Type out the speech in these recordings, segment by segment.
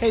Hey,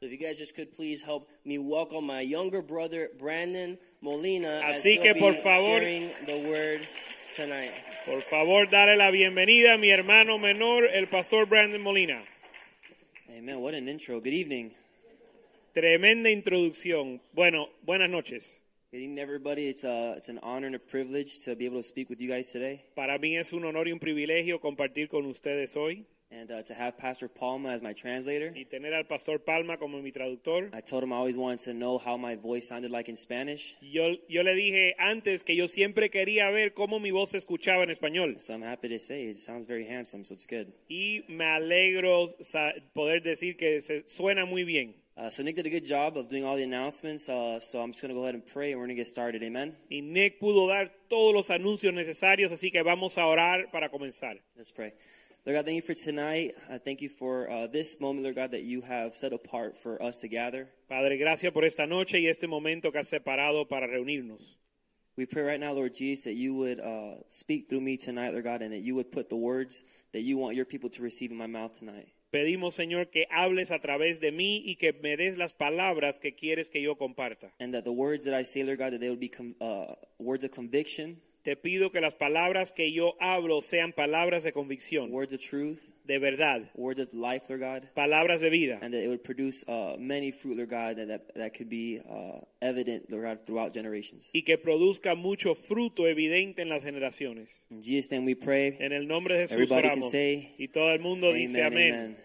So if you guys just could please help me welcome my younger brother Brandon Molina as Así he'll que, be por favor. sharing the word tonight. Por favor, dale la bienvenida a mi hermano menor, el pastor Brandon Molina. Amen. What an intro. Good evening. Tremenda introducción. Bueno, buenas noches. Good evening, everybody. It's a it's an honor and a privilege to be able to speak with you guys today, Para mí es un honor y un privilegio compartir con ustedes hoy and uh, to have Pastor Palma as my translator. y tener al pastor Palma como mi traductor. I told him I always wanted to know how my voice sounded like in Spanish, Yo, yo le dije antes que yo siempre quería ver cómo mi voz se escuchaba en español so I'm happy to say it sounds very handsome, so it's good. y me alegro sa- poder decir que se suena muy bien. Uh, so Nick did a good job of doing all the announcements. Uh, so I'm just gonna go ahead and pray, and we're gonna get started. Amen. Y Nick pudo dar todos los anuncios necesarios, así que vamos a orar para comenzar. Let's pray. Lord God, thank you for tonight. I thank you for uh, this moment, Lord God, that you have set apart for us to gather. Padre, gracias por esta noche y este momento que has separado para reunirnos. We pray right now, Lord Jesus, that you would uh, speak through me tonight, Lord God, and that you would put the words that you want your people to receive in my mouth tonight. Pedimos, Señor, que hables a través de mí y que me des las palabras que quieres que yo comparta. And that the words that I say, Lord God, that they would be com- uh, words of conviction, Te pido que las palabras que yo hablo sean palabras de convicción, words of truth, de verdad, words of life, Lord God, palabras de vida, and that it would produce uh, many fruit, Lord God, that, that, that could be uh, evident, Lord God, throughout generations. y que produzca mucho fruto evidente en las generaciones. In Jesus' name we pray. En el nombre de Jesús Everybody can oramos. say, y todo el mundo dice amén.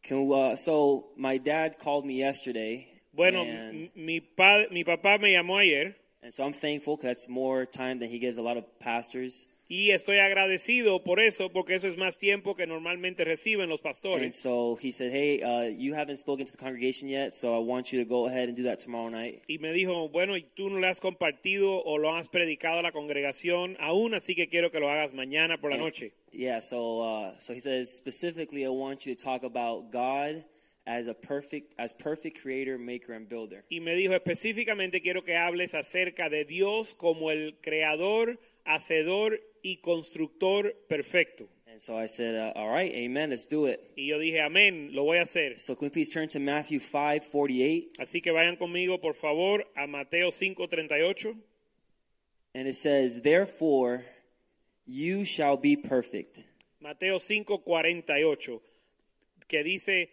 Can, uh, so my dad called me yesterday. Bueno, and, m- mi, pa- mi papá me llamó ayer and so I'm thankful 'cause that's more time than he gives a lot of pastors. y estoy agradecido por eso, porque eso es más tiempo que normalmente reciben los And pastores. so he said, "Hey, uh, you haven't spoken to the congregation yet, so I want you to go ahead and do that tomorrow night." Y me dijo, bueno, y tú no le has compartido o lo has predicado a la congregación, aún así que quiero que lo hagas mañana por la noche. Yeah. So, uh, so he says specifically, I want you to talk about God as a perfect, as perfect creator, maker, and builder. Y me dijo, específicamente quiero que hables acerca de Dios como el creador, hacedor y constructor perfecto. And so I said, uh, "All right, Amen. Let's do it." Y yo dije, amén, lo voy a hacer. So can we please turn to Matthew five forty-eight? Así que vayan conmigo, por favor, a Mateo 5:38. And it says, Therefore, you shall be perfect, Mateo 5:48, que dice,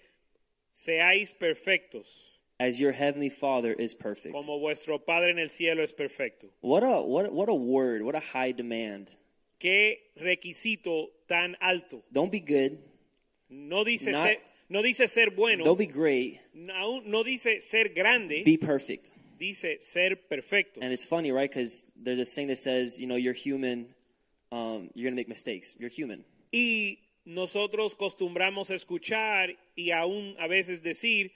seáis perfectos, as your heavenly Father is perfect. como vuestro Padre en el cielo es perfecto. What a what what a word, what a high demand. Qué requisito tan alto. Don't be good, No dice, Not- ser, no dice ser bueno, don't be great, no, no dice ser grande, be perfect. dice ser perfecto. And it's funny, right? Because there's a saying that says, you know, you're human, um, you're gonna make mistakes. You're human. Y nosotros costumbramos escuchar y aún a veces decir,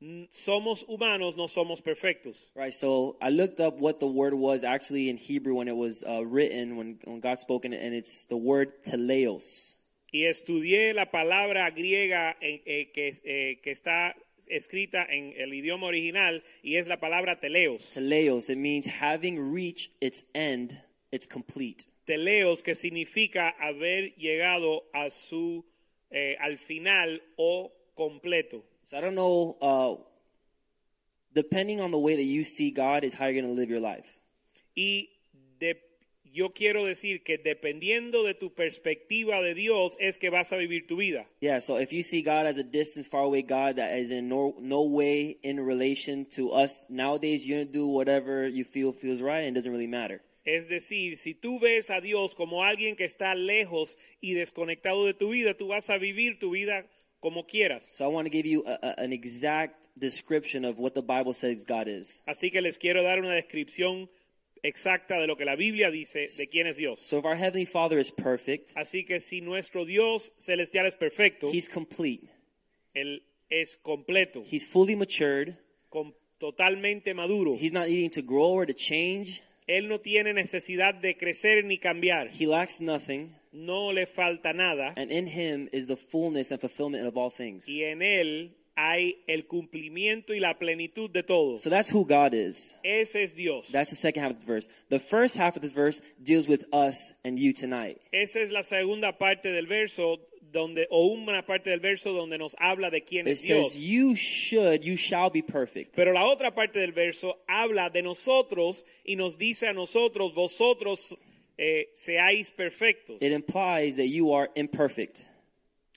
"N- somos humanos, no somos perfectos. Right, so I looked up what the word was actually in Hebrew when it was uh, written, when, when God spoke, it, and it's the word teleos. y estudié la palabra griega en- eh, que, eh, que está escrita en el idioma original y es la palabra teleos. Teleos, it means having reached its end, it's complete. Teleos que significa haber llegado a su, eh, al final o completo. So I don't know. Uh, depending on the way that you see God is how you're going to live your life. Y de- yo quiero decir que dependiendo de tu perspectiva de Dios es que vas a vivir tu vida. Yeah. So if you see God as a distance, far away God that is in no, no way in relation to us nowadays, you're going to do whatever you feel feels right, and it doesn't really matter. Es decir, si tú ves a Dios como alguien que está lejos y desconectado de tu vida, tú vas a vivir tu vida como quieras. So I want to give you a, a, an exact description of what the Bible says God is. Así que les quiero dar una descripción exacta de lo que la Biblia dice de quién es Dios. So if our heavenly Father is perfect, Así que si nuestro Dios celestial es perfecto, He's complete. Él es completo, He's fully matured. com- totalmente maduro. He's not needing to grow or to change. Él no tiene necesidad de crecer ni cambiar. He lacks nothing. No le falta nada. And in him is the fullness and fulfillment of all things. Y en él hay el cumplimiento y la plenitud de todo. So that's who God is. Ese es Dios. That's the second half of the verse. The first half of this verse deals with us and you tonight. Esa es la segunda parte del verso donde o una parte del verso donde nos habla de quién It es Dios. says, You should, you shall be perfect. Pero la otra parte del verso habla de nosotros y nos dice a nosotros, vosotros eh, seáis perfectos. It implies that you are imperfect.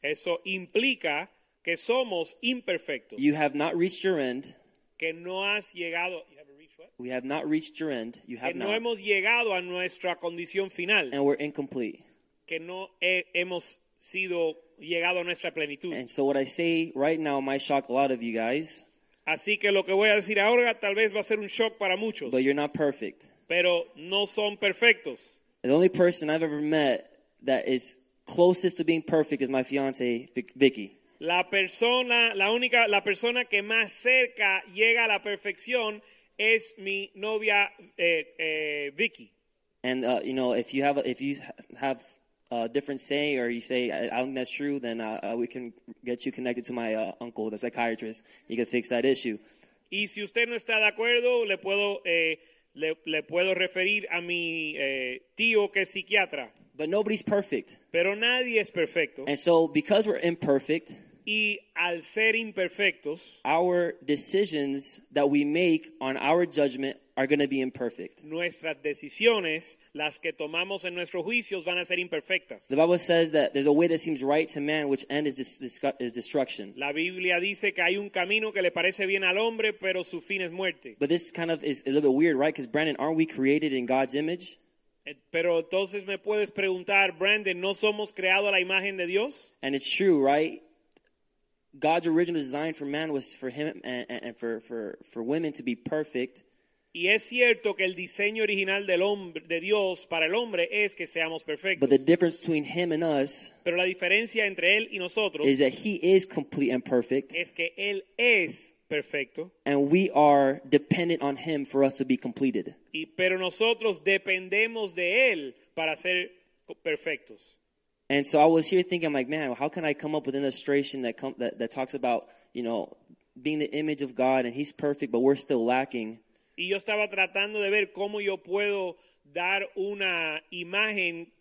Eso implica que somos imperfectos, You have not reached your end. que no has llegado, you haven't reached what? We have not reached your end. You que have no not. hemos llegado a nuestra condición final, And we're incomplete. que no he- hemos sido llegado a nuestra plenitud. And so, what I say right now might shock a lot of you guys, Así que lo que voy a decir ahora tal vez va a ser un shock para muchos, but you're not perfect. pero no son perfectos. The only person I've ever met that is closest to being perfect is my fiance, Vic- Vicky. La persona, la única, la persona que más cerca llega a la perfección es mi novia eh, eh, Vicky. And uh, you know, if you have a, if you have a different saying or you say I, I don't think that's true, then uh, uh, we can get you connected to my uh, uncle, the psychiatrist. You can fix that issue. Y si usted no está de acuerdo, le puedo, eh, le, le puedo referir a mi eh, tío que es psiquiatra. But nobody's perfect, Pero nadie es perfecto. and so because we're imperfect, Y al ser imperfectos, our decisions that we make on our judgment are going to be imperfect. nuestras decisiones, las que tomamos en nuestros juicios, van a ser imperfectas. The Bible says that there's a way that seems right to man, which end is, dis- discu- is destruction. La Biblia dice que hay un camino que le parece bien al hombre, pero su fin es muerte. But this kind of is a little bit weird, right? Because Brandon, aren't we created in God's image? Eh, Pero entonces me puedes preguntar, Brandon, ¿no somos creados a la imagen de Dios? And it's true, right? God's original design for man was for him and, and and for, for, for women to be perfect. Y es cierto que el diseño original del hombre, de Dios para el hombre es que seamos perfectos. But the difference between him and us Pero la diferencia entre él y nosotros is that he is complete and perfect, es que él es perfecto, and we are dependent on him for us to be completed. y, pero nosotros dependemos de él para ser perfectos. And so I was here thinking, I'm like, man, how can I come up with an illustration that come that, that talks about, you know, being the image of God and He's perfect, but we're still lacking. Y yo estaba tratando de ver cómo yo puedo dar una imagen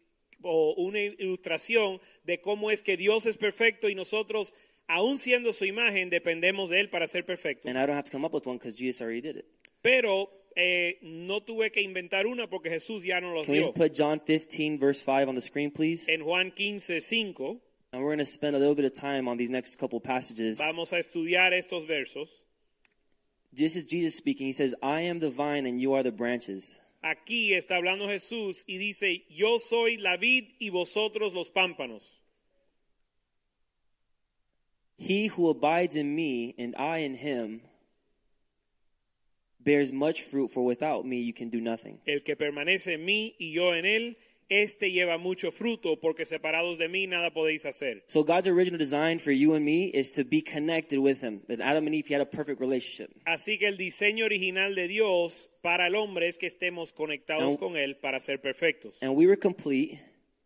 o una ilustración de cómo es que Dios es perfecto y nosotros, aun siendo su imagen, dependemos de él para ser perfectos. And I don't have to come up with one because Jesus already did it. Pero eh, no tuve que inventar una porque Jesús ya nos los Can we dio. put John 15 verse 5 on the screen, please? En Juan 15, 5, And we're going to spend a little bit of time on these next couple passages. vamos a estudiar estos versos. This is Jesus speaking. He says, "I am the vine, and you are the branches. Aquí está hablando Jesús y dice, yo soy la vid y vosotros los pámpanos. He who abides in me, and I in him, bears much fruit. For without me, you can do nothing." El que permanece en mí y yo en él, este lleva mucho fruto, porque separados de mí nada podéis hacer. So God's original design for you and me is to be connected with Him. That Adam and Eve had a perfect relationship, Así que el diseño original de Dios para el hombre es que estemos conectados No. con él para ser perfectos. and we were complete.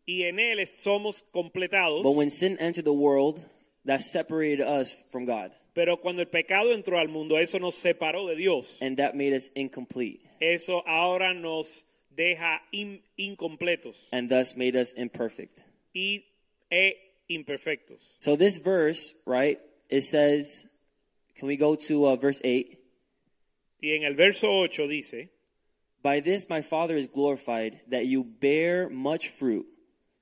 Y en él es- somos completados. But when sin entered the world, that separated us from God, Pero cuando el pecado entró al mundo, eso nos separó de Dios. and that made us incomplete, Eso ahora nos deja in- incompletos and thus made us imperfect. y e imperfectos. So this verse, right? It says, "Can we go to uh, verse eight? Y en el verso 8 dice, By this my Father is glorified, that you bear much fruit,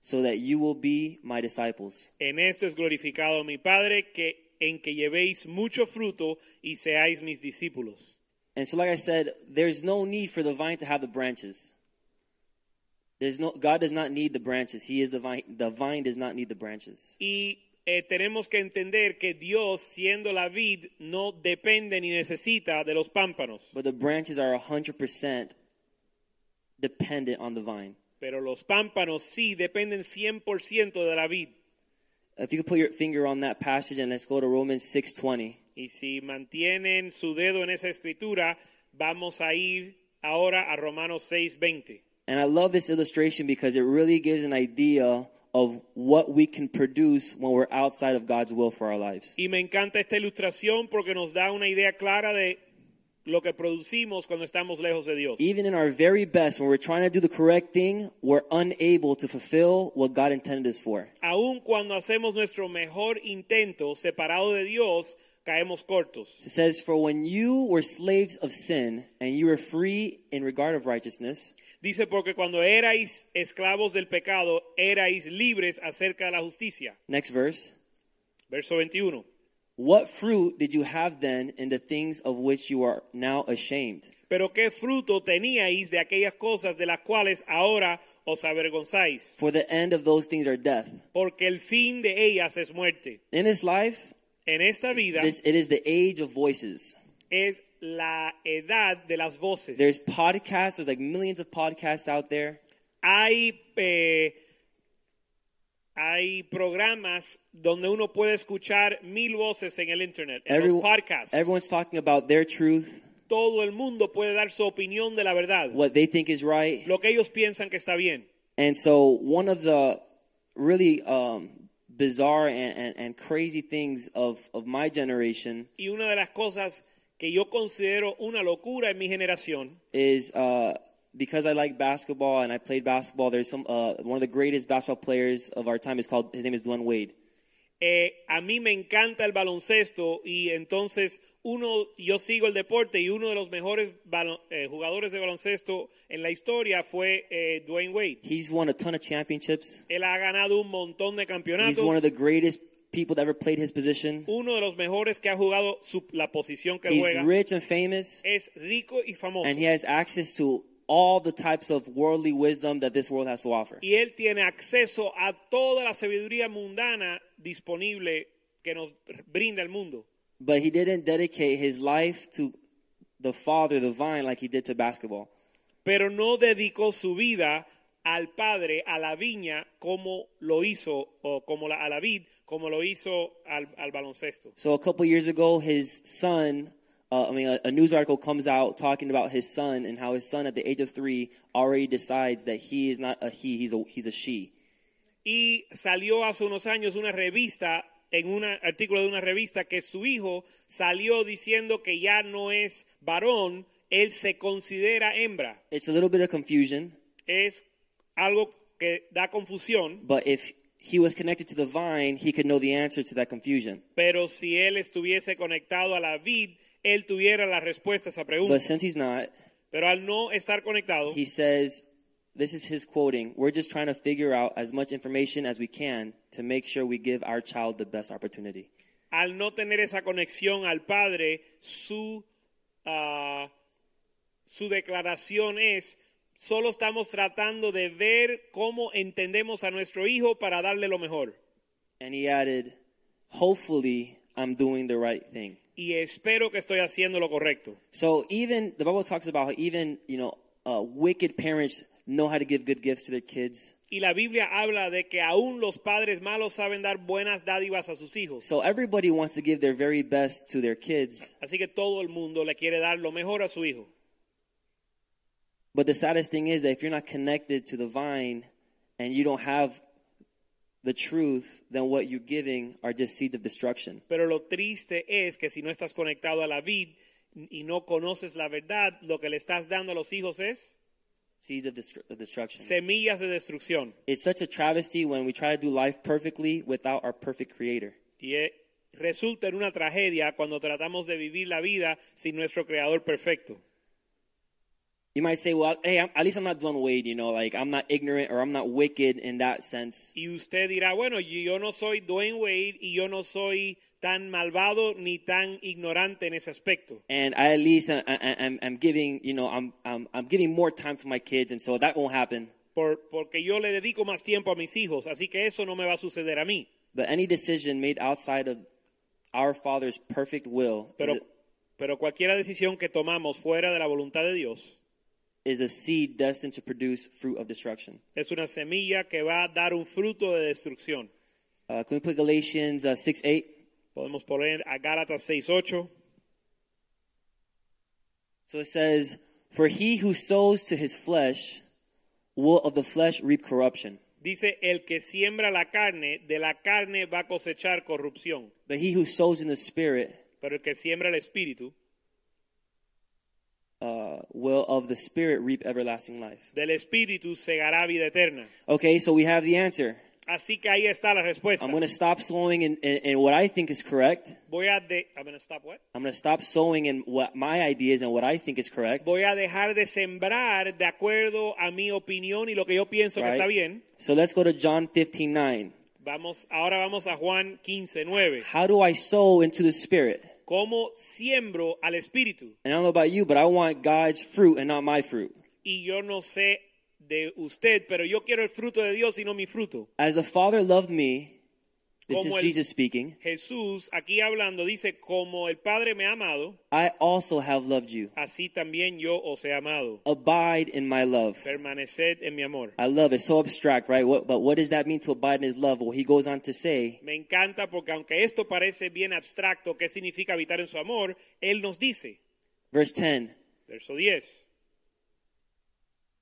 so that you will be my disciples." en esto es glorificado mi Padre, que en que llevéis mucho fruto y seáis mis discípulos. And so, like I said, there's no need for the vine to have the branches. There's no God does not need the branches. He is the vine. The vine does not need the branches. Y eh, tenemos que entender que Dios, siendo la vid, no depende ni necesita de los pámpanos. But the branches are hundred percent dependent on the vine. Pero los pámpanos sí dependen 100% de la vid. If you could put your finger on that passage and let's go to Romans six twenty. Y si mantienen su dedo en esa escritura, vamos a ir ahora a Romanos 6:20. And I love this illustration because it really gives an idea of what we can produce when we're outside of God's will for our lives. Y me encanta esta ilustración porque nos da una idea clara de lo que producimos cuando estamos lejos de Dios. Even in our very best, when we're trying to do the correct thing, we're unable to fulfill what God intended us for. Aun cuando hacemos nuestro mejor intento separado de Dios, caemos cortos. It says, For when you were slaves of sin and you were free in regard of righteousness, Dice, porque cuando erais esclavos del pecado, erais libres acerca de la justicia. next verse, Verso 21. what fruit did you have then in the things of which you are now ashamed? Pero qué fruto teníais de aquellas cosas de las cuales ahora os avergonzáis, For the end of those things are death. porque el fin de ellas es muerte. In this life, En esta vida this, it is the age of voices. es la edad de las voces. There's podcasts, there's like millions of podcasts out there. hay eh, hay programas donde uno puede escuchar mil voces en el internet, en los Everyone- podcasts. everyone's talking about their truth, Todo el mundo puede dar su opinión de la verdad, what they think is right. lo que ellos piensan que está bien. And so, one of the really um, bizarre and, and, and crazy things of, of my generation Y una de las cosas que yo considero una locura en mi generación is uh, because I like basketball and I played basketball. There's some uh, one of the greatest basketball players of our time is called his name is Dwayne Wade. Eh, a mí me encanta el baloncesto y entonces uno, yo sigo el deporte y uno de los mejores balo- eh, jugadores de baloncesto en la historia fue eh, Dwayne Wade. He's won a ton of championships. Él ha ganado un montón de campeonatos. He's one of the greatest people that ever played his position. uno de los mejores que ha jugado su- la posición que He's juega. rich and famous, es rico y famoso. and he has access to all the types of worldly wisdom that this world has to offer. y él tiene acceso a toda la sabiduría mundana disponible que nos brinda el mundo. But he didn't dedicate his life to the Father, the vine, like he did to basketball. pero no dedicó su vida al padre, a la viña, como lo hizo, o como la, a la vid, como lo hizo al, al baloncesto. So a couple years ago, his son, uh, I mean, a, a news article comes out talking about his son and how his son, at the age of three, already decides that he is not a he, he's a he's a she. Y salió hace unos años una revista, en un artículo de una revista, que su hijo salió diciendo que ya no es varón, él se considera hembra. It's a little bit of confusion, Es algo que da confusión, but if he was connected to the vine, he could know the answer to that confusion. pero si él estuviese conectado a la vid, él tuviera la respuesta a esa pregunta. But since he's not, Pero al no estar conectado, Pues, he says this is his quoting we're just trying to figure out as much information as we can to make sure we give our child the best opportunity al no tener esa conexión al Padre, su, ah, su declaración es, solo estamos tratando de ver cómo entendemos a nuestro hijo para darle lo mejor. and he added hopefully i'm doing the right thing Y espero que estoy haciendo lo correcto. so even the bible talks about how even you know uh, wicked parents know how to give good gifts to their kids Y la Biblia habla de que aún los padres malos saben dar buenas dádivas a sus hijos. so everybody wants to give their very best to their kids Así que todo el mundo le quiere dar lo mejor a su hijo. but the saddest thing is that if you're not connected to the vine and you don't have the truth then what you're giving are just seeds of destruction Pero lo triste es que si no estás conectado a la vid y no conoces la verdad, lo que le estás dando a los hijos es... seeds of, destru- of destruction. semillas de destrucción. It's such a travesty when we try to do life perfectly without our perfect creator. Y eh, resulta en una tragedia cuando tratamos de vivir la vida sin nuestro creador perfecto. You might say, well, hey, I'm, at least I'm not Dwayne Wade, you know, like I'm not ignorant or I'm not wicked in that sense. Y usted dirá, bueno, y yo no soy Dwayne Wade y yo no soy tan malvado ni tan ignorante en ese aspecto. And I at least uh, I, I, I'm, I'm giving, you know, I'm, I'm, I'm giving more time to my kids, and so that won't happen. Por- porque yo le dedico más tiempo a mis hijos, así que eso no me va a suceder a mí. But any decision made outside of our Father's perfect will Pero, is, a, pero cualquier decisión que tomamos fuera de la voluntad de Dios is a seed destined to produce fruit of destruction. es una semilla que va a dar un fruto de destrucción. Uh, can we put Galatians uh, 6 8? Podemos poner a Gálatas 6.8. So it says, For he who sows to his flesh will of the flesh reap corruption, Dice, el que siembra la carne, de la carne va a cosechar corrupción. but he who sows in the spirit Pero el que siembra el espíritu, uh, will of the spirit reap everlasting life. del espíritu segará vida eterna. Okay, so we have the answer. Así que ahí está la respuesta. I'm going to stop sowing in, in, in what I think is correct. Voy a, de- I'm gonna stop what? I'm going to stop sowing in what my ideas and what I think is correct. Voy a dejar de sembrar de acuerdo a mi opinión y lo que yo pienso que Right. está bien. So let's go to John 15:9. Vamos, ahora vamos a Juan 15, 9. How do I sow into the spirit? ¿Cómo siembro al espíritu? And I don't know about you, but I want God's fruit and not my fruit. Y yo no sé de usted, pero yo quiero el fruto de Dios y no mi fruto. As the Father loved me, this Como is el- Jesus speaking, Jesús, aquí hablando, dice, como el Padre me ha amado, I also have loved you. así también yo os he amado. Abide in my love. Permaneced en mi amor. I love it. So abstract, right? What, but what does that mean to abide in his love? Well, he goes on to say, Me encanta porque aunque esto parece bien abstracto, ¿qué significa habitar en su amor? Él nos dice, verse 10 verso 10,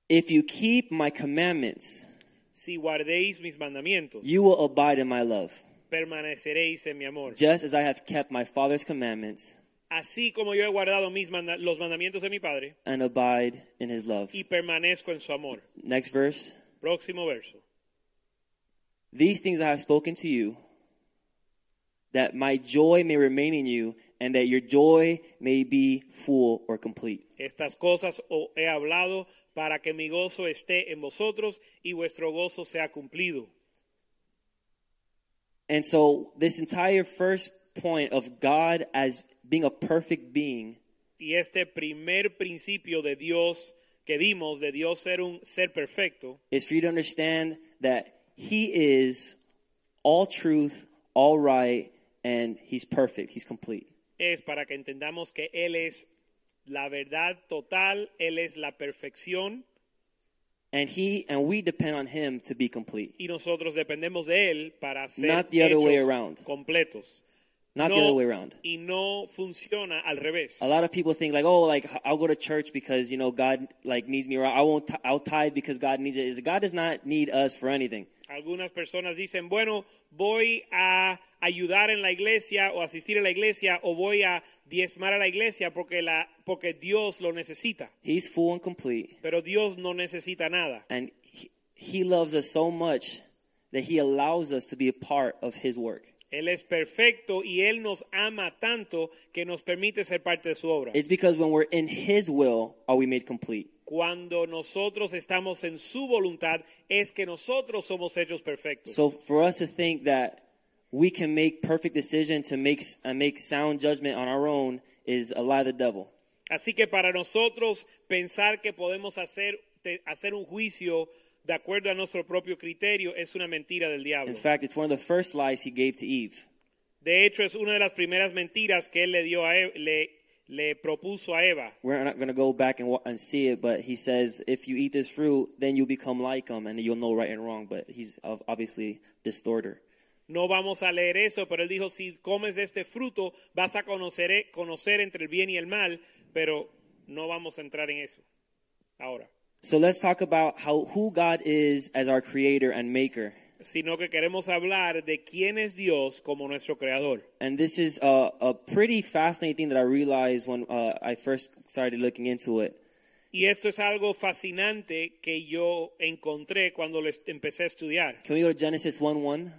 If you keep my commandments, si guardéis mis mandamientos, you will abide in my love, permaneceréis en mi amor. just as I have kept my Father's commandments Así como yo he guardado mis manda- los mandamientos de mi Padre and abide in his love. y permanezco en su amor. Next verse. Próximo verso. These things I have spoken to you, that my joy may remain in you, and that your joy may be full or complete. Estas cosas os he hablado para que mi gozo esté en vosotros y vuestro gozo sea cumplido. And so, this entire first point of God as being a perfect being Y este primer principio de Dios que vimos, de Dios ser un ser perfecto, is for you to understand that He is all truth, all right, and He's perfect, He's complete. es para que entendamos que Él es la verdad total, Él es la perfección And He and we depend on Him to be complete, y nosotros dependemos de Él para ser Not the other hechos way around. completos. not the No- other way around. Y no funciona al revés. A lot of people think like, oh, like I'll go to church because you know God like needs me, or I won't, t- I'll tithe because God needs it. Is- God does not need us for anything. Algunas personas dicen, bueno, voy a ayudar en la iglesia o asistir a la iglesia o voy a diezmar a la iglesia porque, la, porque Dios lo necesita. He's full and complete, Pero Dios no necesita nada. and he, he loves us so much that He allows us to be a part of His work. Él es perfecto y Él nos ama tanto que nos permite ser parte de su obra. It's because when we're in His will, are we made complete? Cuando nosotros estamos en su voluntad es que nosotros somos hechos perfectos. So for us to think that we can make perfect decision to make s- uh, make sound judgment on our own is a lie of the devil. Así que para nosotros pensar que podemos hacer, te- hacer un juicio de acuerdo a nuestro propio criterio es una mentira del diablo. In fact, it's one of the first lies he gave to Eve. De hecho, es una de las primeras mentiras que él le dio a E- le, le propuso a Eva. we're not going to go back and, wa- and see it, but he says if you eat this fruit, then you'll become like him and you'll know right and wrong. But he's ob- obviously distorted. No vamos a leer eso, pero él dijo, si comes de este fruto, vas a conocer, conocer entre el bien y el mal, pero no vamos a entrar en eso. Ahora, So let's talk about how who God is as our creator and maker. sino que queremos hablar de quién es Dios como nuestro creador. And this is a, a pretty fascinating thing that I realized when uh, I first started looking into it. Y esto es algo fascinante que yo encontré cuando lo est- empecé a estudiar. Can we go to Genesis 1 1?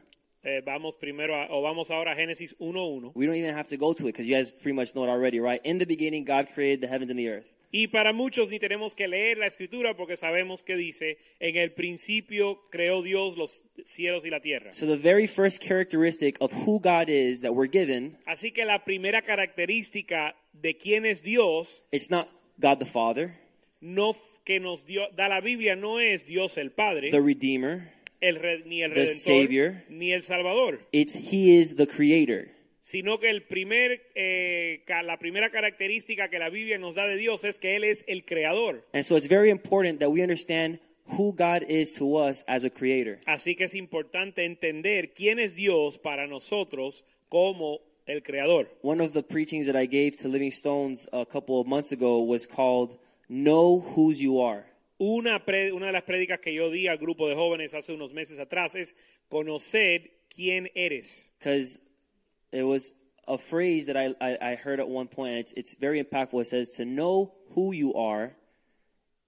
Eh, vamos primero a- o vamos ahora a Génesis 1.1. We don't even have to go to it because you guys pretty much know it already, right? In the beginning, God created the heavens and the earth. Y para muchos ni tenemos que leer la escritura porque sabemos que dice, en el principio creó Dios los cielos y la tierra. So the very first characteristic of who God is that we're given, Así que la primera característica de quién es Dios, it's not God the Father. no f- que nos dio, da la Biblia, no es Dios el Padre, the redeemer el re- ni el the Redentor, Savior. ni el Salvador. it's he is the creator sino que el primer, eh, ca- la primera característica que la Biblia nos da de Dios es que Él es el creador. and so it's very important that we understand who god is to us as a creator Así que es importante entender quién es Dios para nosotros como el creador. One of the preachings that I gave to Living Stones a couple of months ago was called Know Whose You Are. Una, pre- una de las prédicas que yo di al grupo de jóvenes hace unos meses atrás es conocer quién eres. Because it was a phrase that I, I, I heard at one point, and it's, it's very impactful. It says, To know who you are,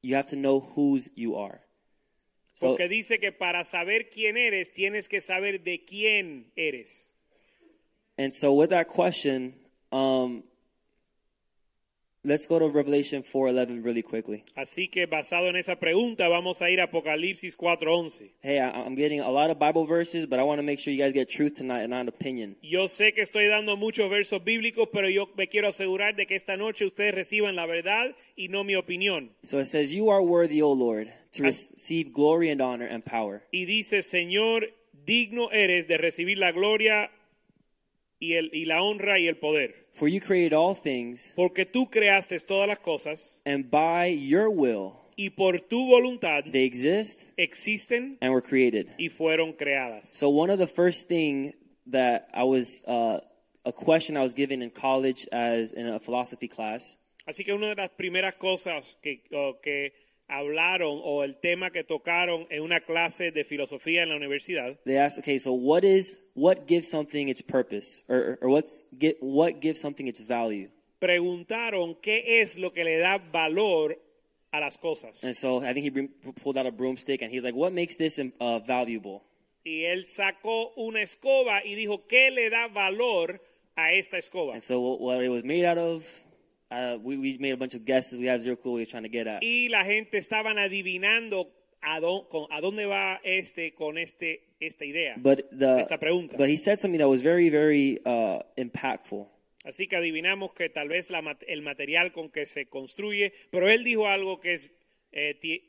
you have to know whose you are. So, Porque dice que para saber quién eres, tienes que saber de quién eres. and so with that question, um, let's go to Revelation 4.11 really quickly. Así que basado en esa pregunta, vamos a ir a Apocalipsis 4.11. Hey, I, I'm getting a lot of Bible verses, but I want to make sure you guys get truth tonight and not opinion. Yo sé que estoy dando muchos versos bíblicos, pero yo me quiero asegurar de que esta noche ustedes reciban la verdad y no mi opinión. So it says, You are worthy, O Lord, to receive glory and honor and power. Y dice, Señor, digno eres de recibir la gloria y, el, y la honra y el poder. For you created all things, Porque tú creaste todas las cosas and by your will y por tu voluntad they exist existen and were created. y fueron creadas. So one of the first thing that I was uh, a question I was given in college as in a philosophy class Así que una de las primeras cosas que, o que hablaron o el tema que tocaron en una clase de filosofía en la universidad they asked, okay, so what is what gives something its purpose, or, or, or what's get what gives something its value? preguntaron qué es lo que le da valor a las cosas. And so I think he bring- pulled out a broomstick and he's like, what makes this um, uh, valuable? Y él sacó una escoba y dijo, ¿qué le da valor a esta escoba? And so what, what it was made out of, uh, we, we made a bunch of guesses. We have zero clue what he was trying to get at. Y la gente estaban adivinando a, dó- con- a dónde va este con este esta idea, But the esta pregunta. but he said something that was very very uh, impactful. Así que adivinamos que tal vez la mat- el material con que se construye, pero él dijo algo que es, eh, ti-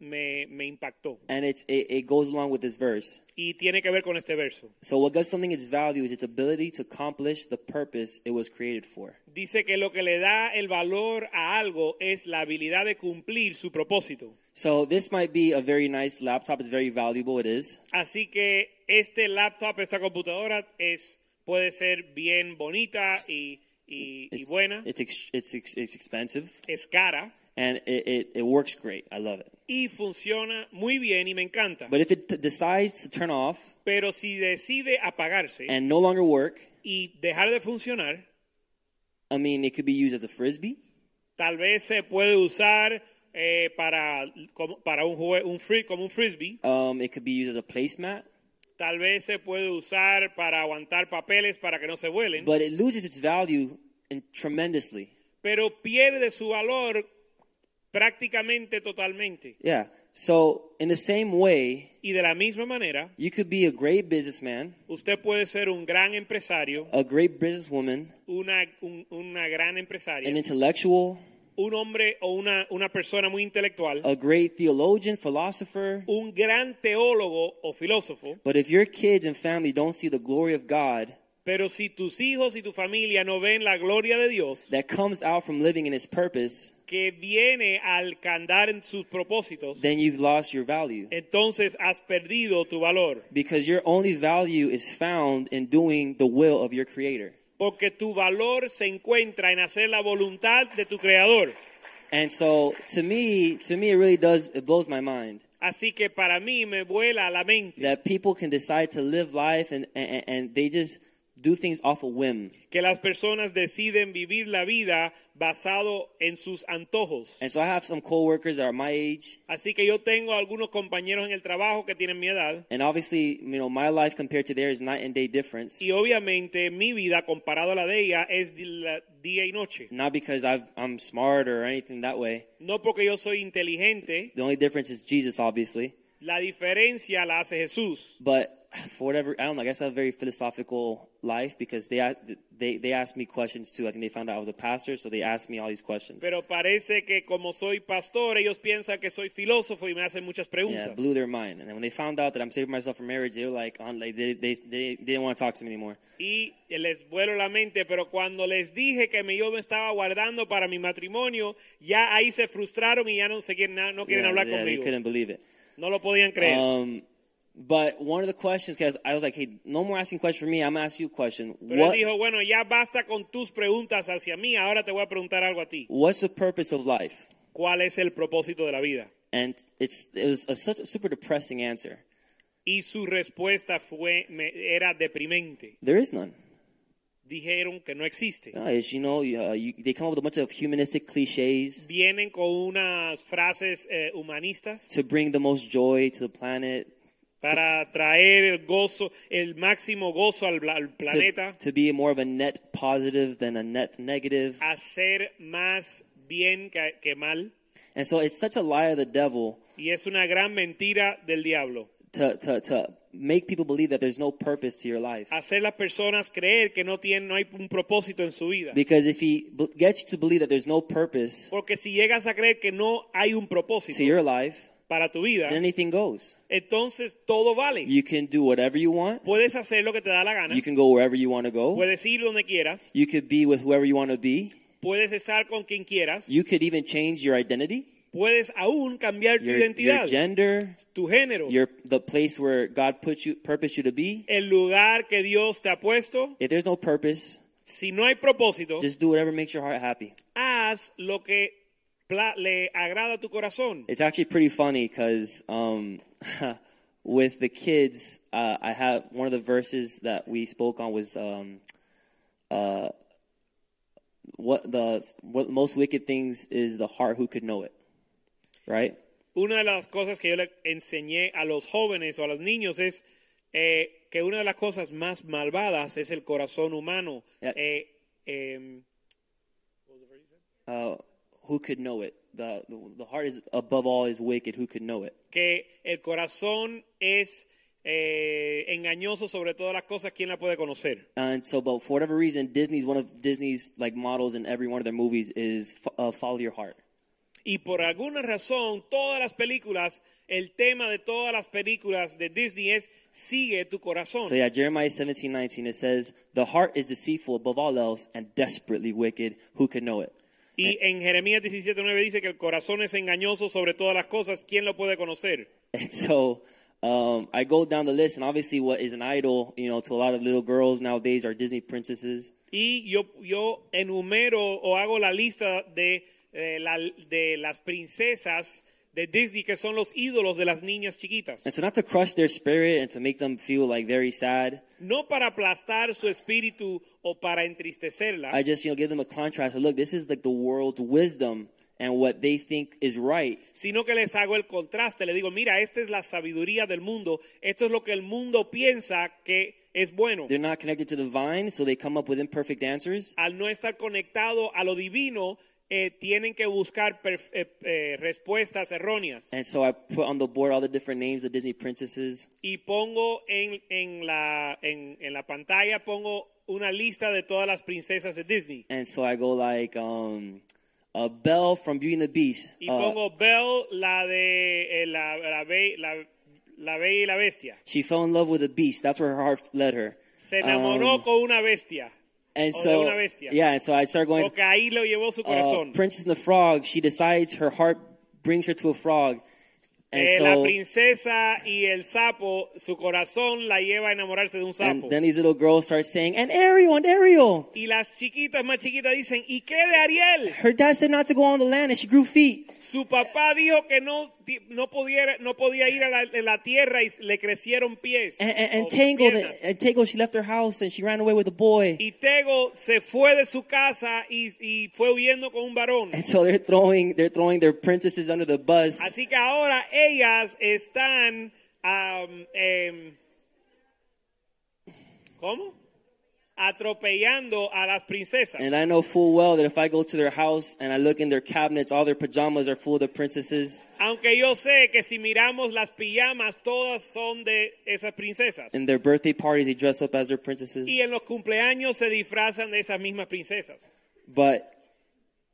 me, me impactó and it's it, it goes along with this verse. y tiene que ver con este verso. So what gives something its value is its ability to accomplish the purpose it was created for. Dice que lo que le da el valor a algo es la habilidad de cumplir su propósito. So this might be a very nice laptop. It's very valuable. It is, Así que este laptop, esta computadora es puede ser bien bonita y, y- y It's- buena, It's ex- it's ex- it's expensive, es cara and it, it it works great. I love it. y funciona muy bien y me encanta. But if it t- decides to turn off Pero si decide apagarse and no longer work, y dejar de funcionar, I mean, it could be used as a frisbee. tal vez se puede usar eh, para, como, para un, jue- un free, como un frisbee, Um, it could be used as a placemat. tal vez se puede usar para aguantar papeles para que no se vuelen, But it loses its value in, tremendously. pero pierde su valor prácticamente totalmente. Yeah. So in the same way, Y de la misma manera, you could be a great businessman. usted puede ser un gran empresario, a great businesswoman, una, un- una gran empresaria, an intellectual, un hombre o una, una persona muy intelectual, a great theologian, philosopher. un gran teólogo o filósofo, But if your kids and family don't see the glory of God pero si tus hijos y tu familia no ven la gloria de Dios, that comes out from living in His purpose, que viene al candar en sus propósitos, then you've lost your value. entonces has perdido tu valor. Because your only value is found in doing the will of your Creator. Porque tu valor se encuentra en hacer la voluntad de tu creador. And so, to me, to me, it really does, it blows my mind Así que para mí me vuela la mente that people can decide to live life and, and, and they just do things off a whim. que las personas deciden vivir la vida basado en sus antojos. And so I have some coworkers that are my age Así que yo tengo algunos compañeros en el trabajo que tienen mi edad And obviously, you know, my life compared to theirs is night and day difference. y obviamente mi vida comparado a la de ella es di- la- día y noche. Not because I've, I'm smart or anything that way. No porque yo soy inteligente, The only difference is Jesus, obviously. la diferencia la hace Jesús. But for whatever, I don't know, I guess I have a very philosophical life because they, a- they, they asked me questions too. I think they found out I was a pastor, so they asked me all these questions. Pero parece que como soy pastor, ellos piensan que soy filósofo y me hacen muchas Yeah, preguntas. it blew their mind. And then when they found out that I'm saving myself for marriage, they were like, on, like they, they, they, they didn't want to talk to me anymore. y les vuelo la mente, pero cuando les dije que me, yo me estaba guardando para mi matrimonio, ya ahí se frustraron y ya no, se quieren, no quieren Yeah, hablar yeah, they conmigo. couldn't believe it. No lo podían creer. Um, But one of the questions, because I was like, hey, no more asking questions for me. I'm going to ask you a question. Pero What, él dijo, bueno, ya basta con tus preguntas hacia mí, ahora te voy a preguntar algo a ti. what's the purpose of life? ¿Cuál es el propósito de la vida? And it's, it was a, such a super depressing answer. Y su respuesta fue, me- era deprimente. There is none. Dijeron que no existe. No, it's, you know, you, uh, you, they come up with a bunch of humanistic cliches Vienen con unas frases eh, humanistas to bring the most joy to the planet, para traer el gozo, el máximo gozo al, bla- al to, planeta, to be more of a net positive than a net negative. Ah. hacer más bien que- que mal. And so it's such a lie of the devil Y es una gran mentira del diablo. to, to, to make people believe that there's no purpose to your life. Hacer las personas creer que no, tienen, no hay un propósito en su vida. Because if he b- gets you to believe that there's no purpose Porque si llegas a creer que no hay to un propósito your life, para tu vida, then anything goes. entonces todo vale. You can do whatever you want. Puedes hacer lo que te da la gana, You can go wherever you want to go. puedes ir donde quieras, You could be with whoever you want to be. puedes estar con quien quieras, You could even change your identity, puedes aún cambiar tu your, your identidad, gender, tu género, your the place where God put you, purpose you to be. el lugar que Dios te ha puesto. If there's no purpose, Si no hay propósito, just do whatever makes your heart happy. haz lo que pla- le agrada a tu corazón. It's actually pretty funny because um, with the kids, uh, I have one of the verses that we spoke on was um, uh, what the what the most wicked things is the heart who could know it, right? Una de las cosas que yo le enseñé a los jóvenes o a los niños es eh, que una de las cosas más malvadas es el corazón humano. Yeah. Eh, em, Uh, who could know it? The, the the heart is above all is wicked. Who could know it? que el corazón es eh, engañoso sobre todas las cosas, ¿quién la puede conocer? And so, but for whatever reason, Disney's one of Disney's like models in every one of their movies is fo- uh, follow your heart. Y por alguna razón, todas las películas, el tema de todas las películas de Disney es sigue tu corazón. So yeah, Jeremiah 17, 19, it says, The heart is deceitful above all else and desperately wicked. Who could know it? Y en Jeremías 17.9 dice que el corazón es engañoso sobre todas las cosas, ¿quién lo puede conocer? And so um, I go down the list, and obviously what is an idol, you know, to a lot of little girls nowadays are Disney princesses. Y yo, yo enumero o hago la lista de, eh, la- de las princesas de Disney que son los ídolos de las niñas chiquitas. And so not to crush their spirit and to make them feel like very sad, No para aplastar su espíritu o para entristecerla, I just, you know, give them a contrast. Look, this is like the world's wisdom and what they think is right. sino que les hago el contraste. Le digo, mira, esta es la sabiduría del mundo, esto es lo que el mundo piensa que es bueno. They're not connected to the vine, so they come up with imperfect answers. Al no estar conectado a lo divino, eh, tienen que buscar perf- eh, eh, respuestas erróneas. And so I put on the board all the different names of Disney princesses. y pongo en, en la, en, en la pantalla pongo una lista de todas las princesas de Disney. And so I go like um, a Belle from Beauty and the Beast, Y uh, pongo Belle, la de eh, la, la, be- la- la Bella y la Bestia. she fell in love with a beast. That's where her heart led her. Se enamoró Um, con una bestia. and o de so una bestia. yeah, and so I start going. Porque ahí lo llevó su Uh, corazón. Princess and the Frog. She decides her heart brings her to a frog, and Eh, la so princesa y el sapo, su corazón la lleva a enamorarse de un and sapo. then these little girls start saying, "And Ariel, and Ariel." Y las chiquitas más chiquitas dicen, ¿y qué de Ariel? Her dad said not to go on the land, and she grew feet. Su papá dijo que no, ti- no, pudiera, no podía ir a la, a la tierra y le crecieron pies. And, and, o and Tangled, piernas. and Tangled, she left her house and she ran away with a boy. Y Tego se fue de su casa y, y fue huyendo con un varón. And so they're throwing, they're throwing their princesses under the bus. Así que ahora ellas están... am, em, ¿Cómo? Atropellando a las princesas. And I know full well that if I go to their house and I look in their cabinets, all their pajamas are full of the princesses. Aunque yo sé que si miramos las pijamas, todas son de esas princesas. And their birthday parties, they dress up as their princesses. Y en los cumpleaños se disfrazan de esas mismas princesas. But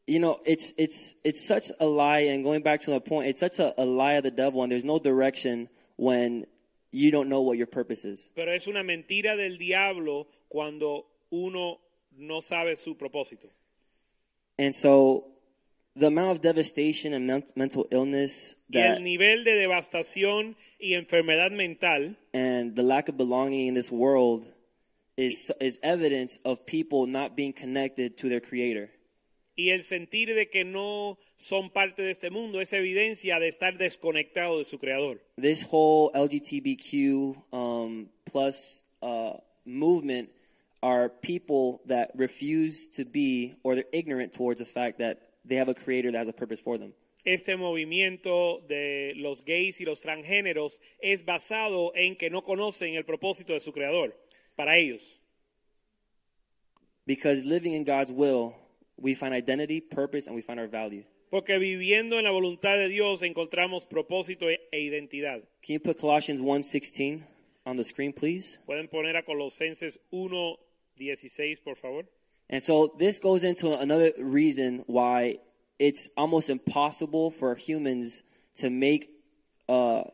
you know, it's it's it's such a lie. And going back to my point, it's such a, a lie of the devil. And there's no direction when you don't know what your purpose is. Pero es una mentira del diablo cuando uno no sabe su propósito. And so, the amount of devastation and men- mental illness Y that el nivel de devastación y enfermedad mental And the lack of belonging in this world is, is evidence of people not being connected to their creator. y el sentir de que no son parte de este mundo es evidencia de estar desconectado de su creador. This whole LGBTQ um, plus uh, movement are people that refuse to be or they're ignorant towards the fact that they have a creator that has a purpose for them. Este movimiento de los gays y los transgéneros es basado en que no conocen el propósito de su creador para ellos. Because living in God's will, we find identity, purpose, and we find our value. Porque viviendo en la voluntad de Dios encontramos propósito e e identidad. Can you put Colossians 1:16 on the screen, please? Pueden poner a Colosenses 1.16, por favor. And so this goes into another reason why it's almost impossible for humans to make uh,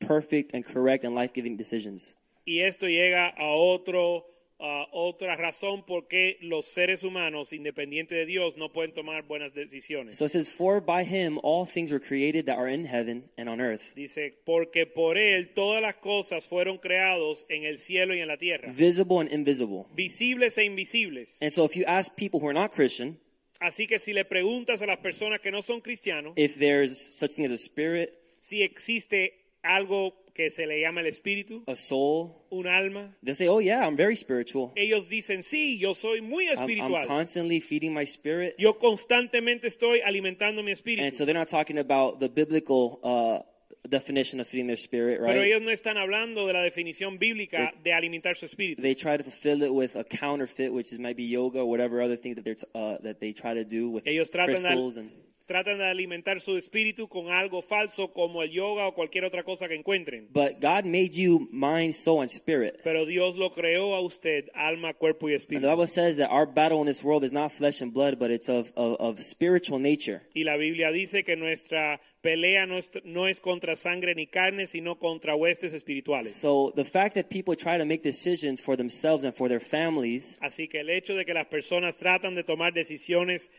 perfect and correct and life-giving decisions. Y esto llega a otro, a otra razón por qué los seres humanos, independiente de Dios, no pueden tomar buenas decisiones. So it says, "For by Him all things were created that are in heaven and on earth, Dice, porque por Él todas las cosas fueron creados en el cielo y en la tierra, visible and invisible." visibles e invisibles. And so if you ask people who are not Christian Así que si le preguntas a las personas que no son cristianos if there's such thing as a spirit, si existe algo que se le llama el espíritu, a soul, un alma, They'll say, "Oh yeah, I'm very spiritual. ellos dicen, sí, yo soy muy I'm, I'm espiritual. constantly feeding my spirit." Yo constantemente estoy alimentando mi And espíritu. so they're not talking about the biblical uh, definition of feeding their spirit, Pero right? ellos no están hablando de la definición bíblica de alimentar su espíritu. They try to fulfill it with a counterfeit, which is maybe yoga or whatever other thing that they're t- uh, that they try to do with Ellos tratan de, crystals al- and. tratan de alimentar su espíritu con algo falso como el yoga o cualquier otra cosa que encuentren. But God made you mind, soul, and spirit. Pero Dios lo creó a usted, alma, cuerpo y And the espíritu. Bible says that our battle in this world is not flesh and blood, but it's of, of, of spiritual nature. Y la Biblia dice que nuestra pelea no es, no es contra sangre ni carne, sino contra huestes espirituales. So the fact that people try to make decisions for themselves and for their families Así que el hecho de que las personas tratan de tomar decisiones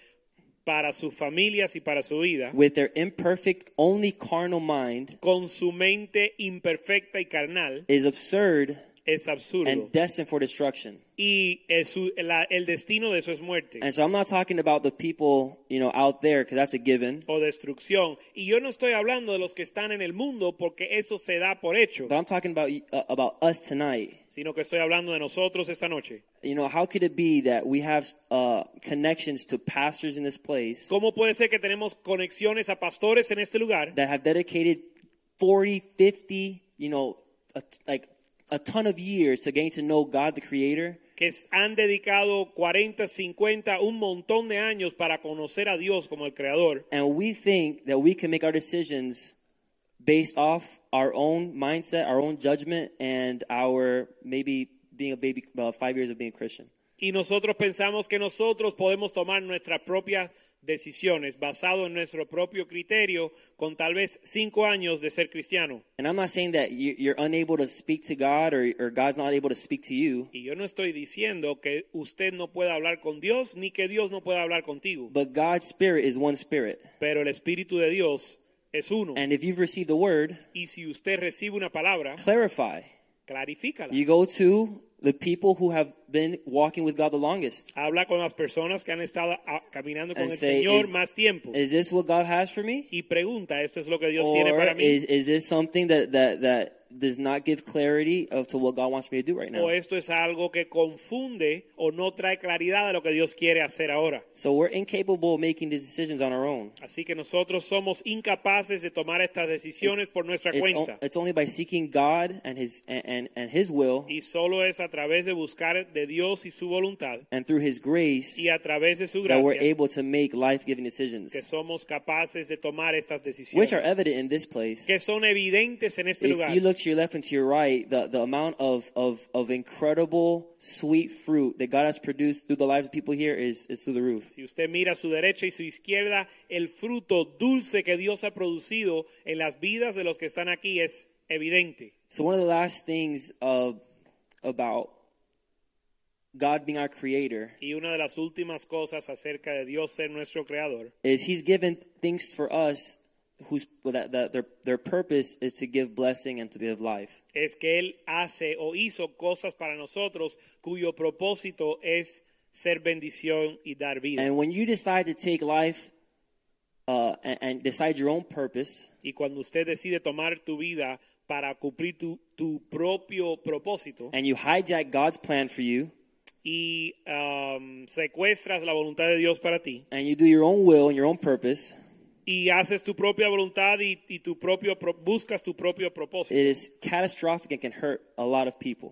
para sus familias y para su vida, with their imperfect, only carnal mind con su mente imperfecta y carnal, is absurd es absurdo. and destined for destruction. y el, su- la- el destino de eso es muerte And so I'm not talking about the people, you know, out there because that's a given. o destrucción. Y yo no estoy hablando de los que están en el mundo porque eso se da por hecho, But I'm talking about uh, about us tonight. sino que estoy hablando de nosotros esta noche. You know, how could it be that we have uh, connections to pastors in this place ¿Cómo puede ser que tenemos conexiones a pastores en este lugar that have dedicated 40, 50, you know, a, like a ton of years to getting to know God the creator? que s- han dedicado 40, 50, un montón de años para conocer a Dios como el creador? And we think that we can make our decisions based off our own mindset, our own judgment, and our maybe being a baby, uh, five years of being a Christian. Y nosotros pensamos que nosotros podemos tomar nuestras propias decisiones basado en nuestro propio criterio con tal vez cinco años de ser cristiano. And I'm not saying that you, you're unable to speak to God or, or God's not able to speak to you, Y yo no estoy diciendo que usted no pueda hablar con Dios ni que Dios no pueda hablar contigo, but God's spirit is one spirit. pero el Espíritu de Dios es uno. And if you've received the word, Y si usted recibe una palabra, clarify. clarifícala. You go to the people who have been walking with God the longest Habla con las personas que han estado ah, caminando con and el say, Señor is, más tiempo is this what God has for me? y pregunta, ¿esto es lo que Dios tiene or para mí? is, is this something that, that, that does not give clarity of to what God wants me to do right now? ¿O esto es algo que confunde o no trae claridad de lo que Dios quiere hacer ahora? So we're incapable of making these decisions on our own. Así que nosotros somos incapaces de tomar estas decisiones por nuestra it's o- cuenta. it's only by seeking God and His and, and, and His will Y solo es a través de buscar de Dios y su voluntad and through His grace y a través de su that we're gracia able to make life-giving que decisions, somos capaces de tomar estas decisiones which are evident in this place. que son evidentes en este If lugar. you look to your left and to your right, the, the amount of, of, of incredible sweet fruit that God has produced through the lives of people here is, is through the roof. Si usted mira a su derecha y su izquierda, el fruto dulce que Dios ha producido en las vidas de los que están aquí es evidente. So one of the last things uh, about God being our creator Y una de las últimas cosas acerca de Dios ser nuestro creador is He's given things for us whose that, that their their purpose is to give blessing and to give life. es que Él hace o hizo cosas para nosotros cuyo propósito es ser bendición y dar vida. And when you decide to take life uh, and, and decide your own purpose, Y cuando usted decide tomar tu vida para cumplir tu, tu propio propósito and you hijack God's plan for you, y um, secuestras la voluntad de Dios para ti and you do your own will and your own purpose, y haces tu propia voluntad y, y tu propio pro- buscas tu propio propósito, it is catastrophic and can hurt a lot of people.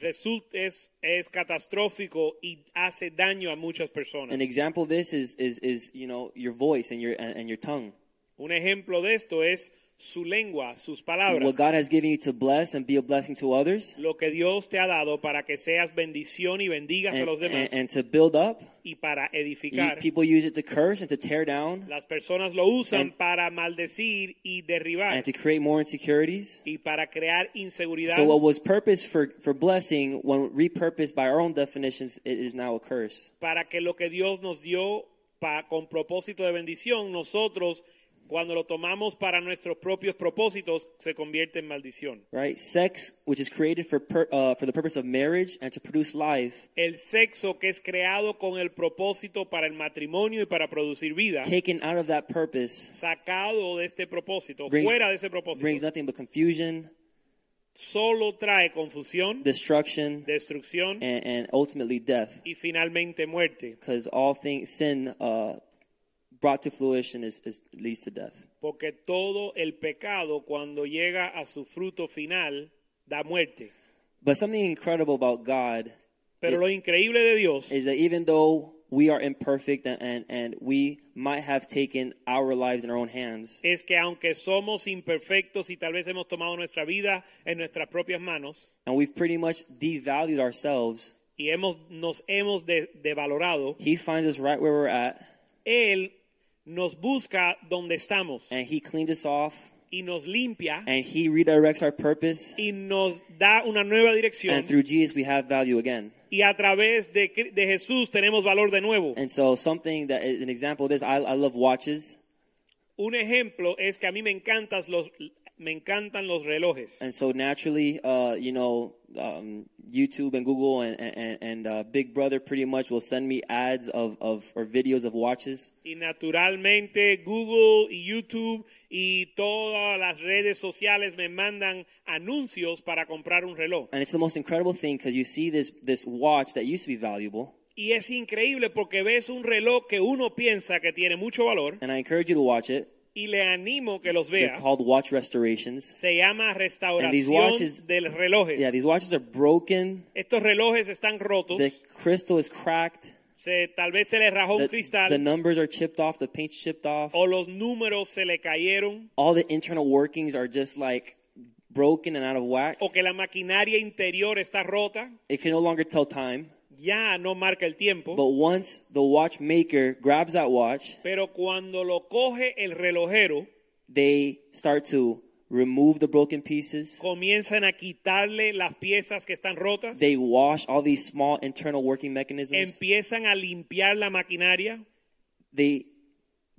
resulta es, es catastrófico y hace daño a muchas personas. An example of this is is is you know your voice and your and, and your tongue. Un ejemplo de esto es su lengua, sus What palabras. God has given you to bless and be a blessing to others, lo que Dios te ha dado para que seas bendición y bendigas a and, los demás and, and to build up. y para You, edificar. people use it to curse and to tear down Las personas lo usan and- para maldecir y and derribar to create more insecurities. y para crear inseguridad. So what was purpose for, for blessing, when repurposed by our own definitions, it is now a curse. para que lo que Dios nos dio pa- con propósito de bendición, nosotros cuando lo tomamos para nuestros propios propósitos se convierte en maldición. Right? Sex, which is created for per, uh, for the purpose of marriage and to produce life, El sexo que es creado con el propósito para el matrimonio y para producir vida, taken out of that purpose, sacado de este propósito, brings, fuera de ese propósito, brings nothing but confusion, solo trae confusión, destruction, destrucción and, and ultimately death. y finalmente muerte, Because all things sin uh, brought to fruition is, is leads to death. porque todo el pecado cuando llega a su fruto final da muerte. But something incredible about God Pero lo increíble de Dios is that even though we are imperfect and, and, and we might have taken our lives in our own hands, es que aunque somos imperfectos y tal vez hemos tomado nuestra vida en nuestras propias manos and we've pretty much devalued ourselves, y hemos, nos hemos de- devalorado, He finds us right where we're at, Él nos busca donde estamos and He cleans us off, y nos limpia and He redirects our purpose, y nos da una nueva dirección and through Jesus we have value again. y a través de, Cri- de Jesús tenemos valor de nuevo. And so something that an example of this, I, I love watches, Un ejemplo es que a mí me encantan los, me encantan los relojes. and so naturally, uh, you know, um, YouTube and Google and and, and uh, Big Brother pretty much will send me ads of, of or videos of watches. Y naturalmente Google y YouTube y todas las redes sociales me mandan anuncios para comprar un reloj. And it's the most incredible thing because you see this this watch that used to be valuable, Y es increíble porque ves un reloj que uno piensa que tiene mucho valor and I encourage you to watch it. y le animo que los They're vea. called watch restorations. Se llama these restauración watches- de los relojes. Yeah, these watches are broken. Estos relojes están rotos. The crystal is cracked. se, tal vez se le rajó un The, cristal the numbers are chipped off. The paint's chipped off. o los números se le cayeron. All the internal workings are just like broken and out of whack. o que la maquinaria interior está rota, It can no longer tell time. ya no marca el tiempo. But once the watchmaker grabs that watch, pero cuando lo coge el relojero, they start to remove the broken pieces. comienzan a quitarle las piezas que están rotas, They wash all these small internal working mechanisms. empiezan a limpiar la maquinaria, They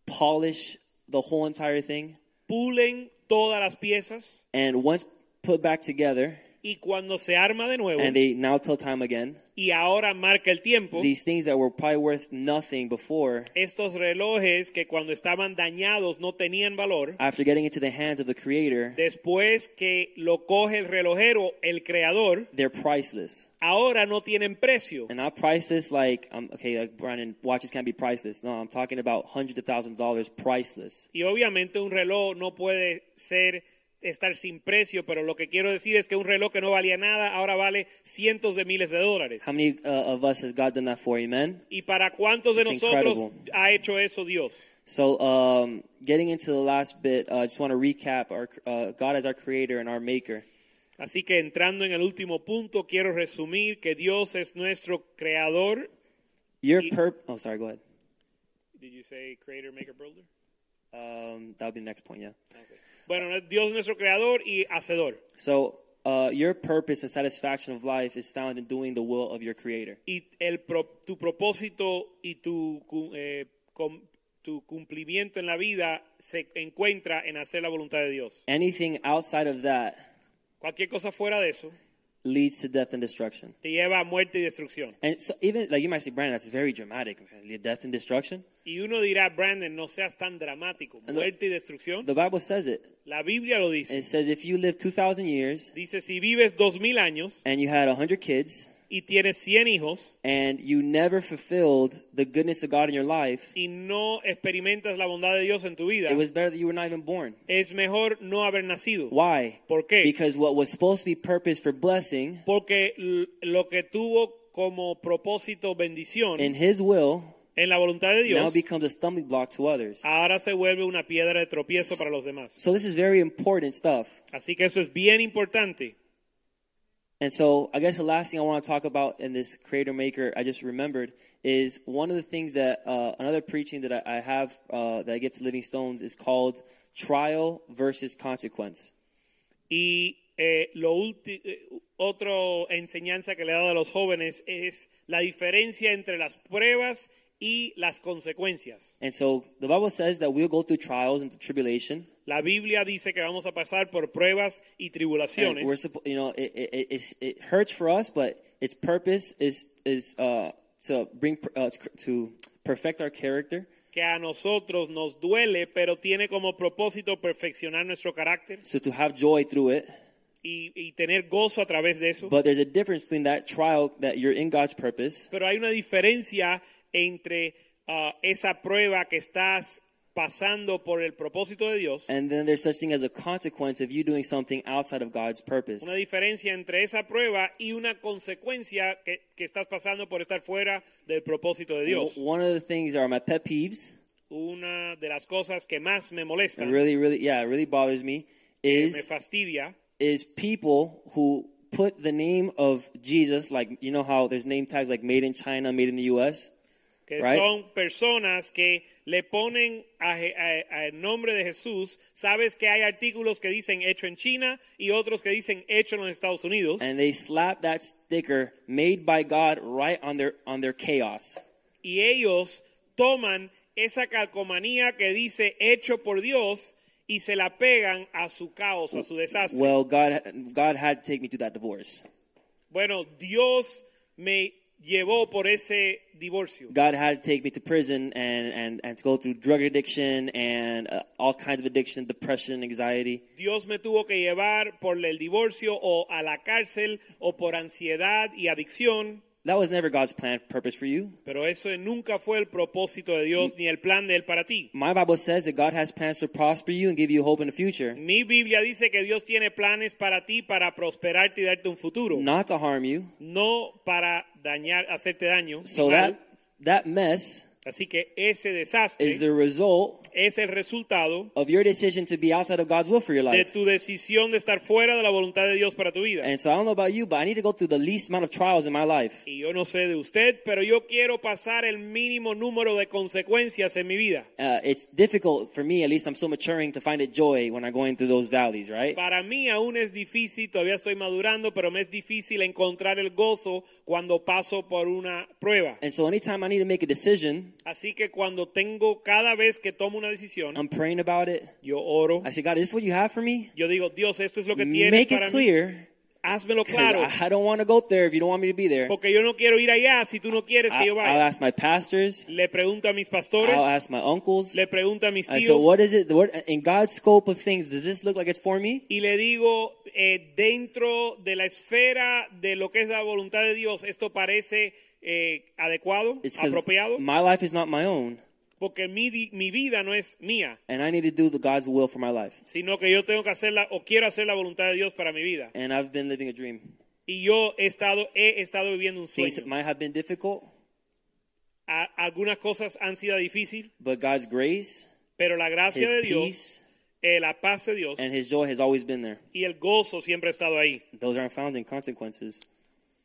polish the whole entire thing. pulen todas las piezas And once put back together, y cuando se arma de nuevo and they now tell time again. y ahora marca el tiempo, These things that were probably worth nothing before, estos relojes que cuando estaban dañados no tenían valor, after getting into the hands of the Creator, después que lo coge el relojero, el creador, they're priceless. ahora no tienen precio. And not priceless like, um, okay, like Brandon, watches can't be priceless. No, I'm talking about hundreds of thousands of dollars priceless. Y obviamente un reloj no puede ser estar sin precio, pero lo que quiero decir es que un reloj que no valía nada ahora vale cientos de miles de dólares. How many uh, of us has God done that for? Amen? ¿Y para cuántos de It's nosotros incredible. ha hecho eso Dios? So, um, getting into the last bit, I uh, just want to recap our uh, God as our Creator and our Maker. Así que entrando en el último punto, quiero resumir que Dios es nuestro creador. Your perp. Oh, sorry, go ahead. Did you say creator, maker, builder? Um, that would be the next point, yeah. Bueno, Dios es nuestro creador y hacedor. So, uh, your purpose and satisfaction of life is found in doing the will of your Creator. Y el pro- tu propósito y tu, cu- eh, com- tu cumplimiento en la vida se encuentra en hacer la voluntad de Dios. Anything outside of that Cualquier cosa fuera de eso leads to death and destruction. te lleva a muerte y destrucción. And so even like you might say, Brandon, that's very dramatic. Death and destruction. Y uno dirá, Brandon, no seas tan dramático. the- Muerte y destrucción. The Bible says it. La Biblia lo dice. It says if you live two thousand years Dice, si vives dos mil años and you had hundred kids y tienes 100 hijos and you never fulfilled the goodness of God in your life, y no experimentas la bondad de Dios en tu vida, it was better that you were not even born. es mejor no haber nacido. Why? ¿Por qué? Because what was supposed to be purpose for blessing Porque l- lo que tuvo como propósito bendición in His will en la voluntad de now Dios Ah. becomes a stumbling block to others. ahora se vuelve una piedra de tropiezo para los demás. So this is very important stuff. Así que eso es bien importante. And so I guess the last thing I want to talk about in this creator maker I just remembered is one of the things that uh, another preaching that I, I have uh, that I give to Living Stones is called trial versus consequence. Y eh, lo ulti- eh, otra enseñanza que le he dado a los jóvenes es la diferencia entre las pruebas y las consecuencias. And so the Bible says that we'll go through trials and tribulation. La Biblia dice que vamos a pasar por pruebas y And we're tribulaciones. suppo- you know it, it, it, it's- it hurts for us, but its purpose is is uh, to bring per- uh, to perfect our character. que a nosotros nos duele, pero tiene como propósito perfeccionar nuestro carácter So to have joy through it. y, y tener gozo a través de eso. But there's a difference between that trial that you're in God's purpose Pero hay una diferencia entre ah, esa prueba que estás pasando por el propósito de Dios, And then there's such thing as a consequence of you doing something outside of God's purpose. una diferencia entre esa prueba y una consecuencia que, que estás pasando por estar fuera del propóito de Dios. One of the things are my pet peeves. Una de las cosas que más me It molestan, really, really, yeah, it really bothers me. que me Is fastidia, is people who put the name of Jesus, like you know how there's name tags like made in China, made in the U.S. que Right. son personas que le ponen a Je- a- a- el nombre de Jesús. Sabes que hay artículos que dicen hecho en China y otros que dicen hecho en los Estados Unidos. and they slap that sticker made by God right on their on their chaos. y ellos toman esa calcomanía que dice hecho por Dios y se la pegan a su caos, a su desastre. Well, God God had to take me through that divorce. bueno, Dios me llevó por ese divorcio. God had to take me to prison and, and, and to go through drug addiction and uh, all kinds of addiction, depression, anxiety. Dios me tuvo que llevar por el divorcio o a la cárcel o por ansiedad y adicción. That was never God's plan purpose for you. Pero eso nunca fue el propósito de Dios ni el plan de Él para ti. My Bible says that God has plans to prosper you and give you hope in the future, Mi Biblia dice que Dios tiene planes para ti para prosperarte y darte un futuro, not to harm you. no para dañar, hacerte daño. So mal. that that mess Así que ese desastre is the result es el resultado of your decision to be outside of God's will for your de life. tu decisión de estar fuera de la voluntad de Dios para tu vida. And so I don't know about you, but I need to go through the least amount of trials in my life. y yo no sé de usted, pero yo quiero pasar el mínimo número de consecuencias en mi vida. Uh, it's difficult for me, at least I'm so maturing, to find a joy when I'm going through those valleys, right? Para mí aún es difícil, todavía estoy madurando, pero me es difícil encontrar el gozo cuando paso por una prueba. And so anytime I need to make a decision, Así que cuando tengo, cada vez que tomo una decisión, I'm praying about it. yo oro. I say, God, is this what you have for me? Yo digo, Dios, esto es lo que tienes Make para it mí. clear. Házmelo 'cause claro, I I don't want to go there if you don't want me to be there. porque yo no quiero ir allá si tú no quieres I, que yo will vaya. ask my pastors. Le pregunto a mis pastores, I'll ask my uncles. le pregunto a mis I tíos Ah, so what is it? What, in God's scope of things, does this look like it's for me? y le digo, eh, dentro de la esfera de lo que es la voluntad de Dios, esto parece eh, adecuado, It's because apropiado, my life is not my own, porque mi, di- mi vida no es mía, and I need to do the God's will for my life. sino que yo tengo que hacerla o quiero hacer la voluntad de Dios para mi vida. And I've been living a dream. Y yo he estado, he estado viviendo un Things that sueño. might have been difficult, A- algunas cosas han sido difíciles, but God's grace, pero la gracia His de Dios, peace, eh, la paz de Dios and His joy has always been there. y el gozo siempre ha estado ahí. Those aren't found in consequences.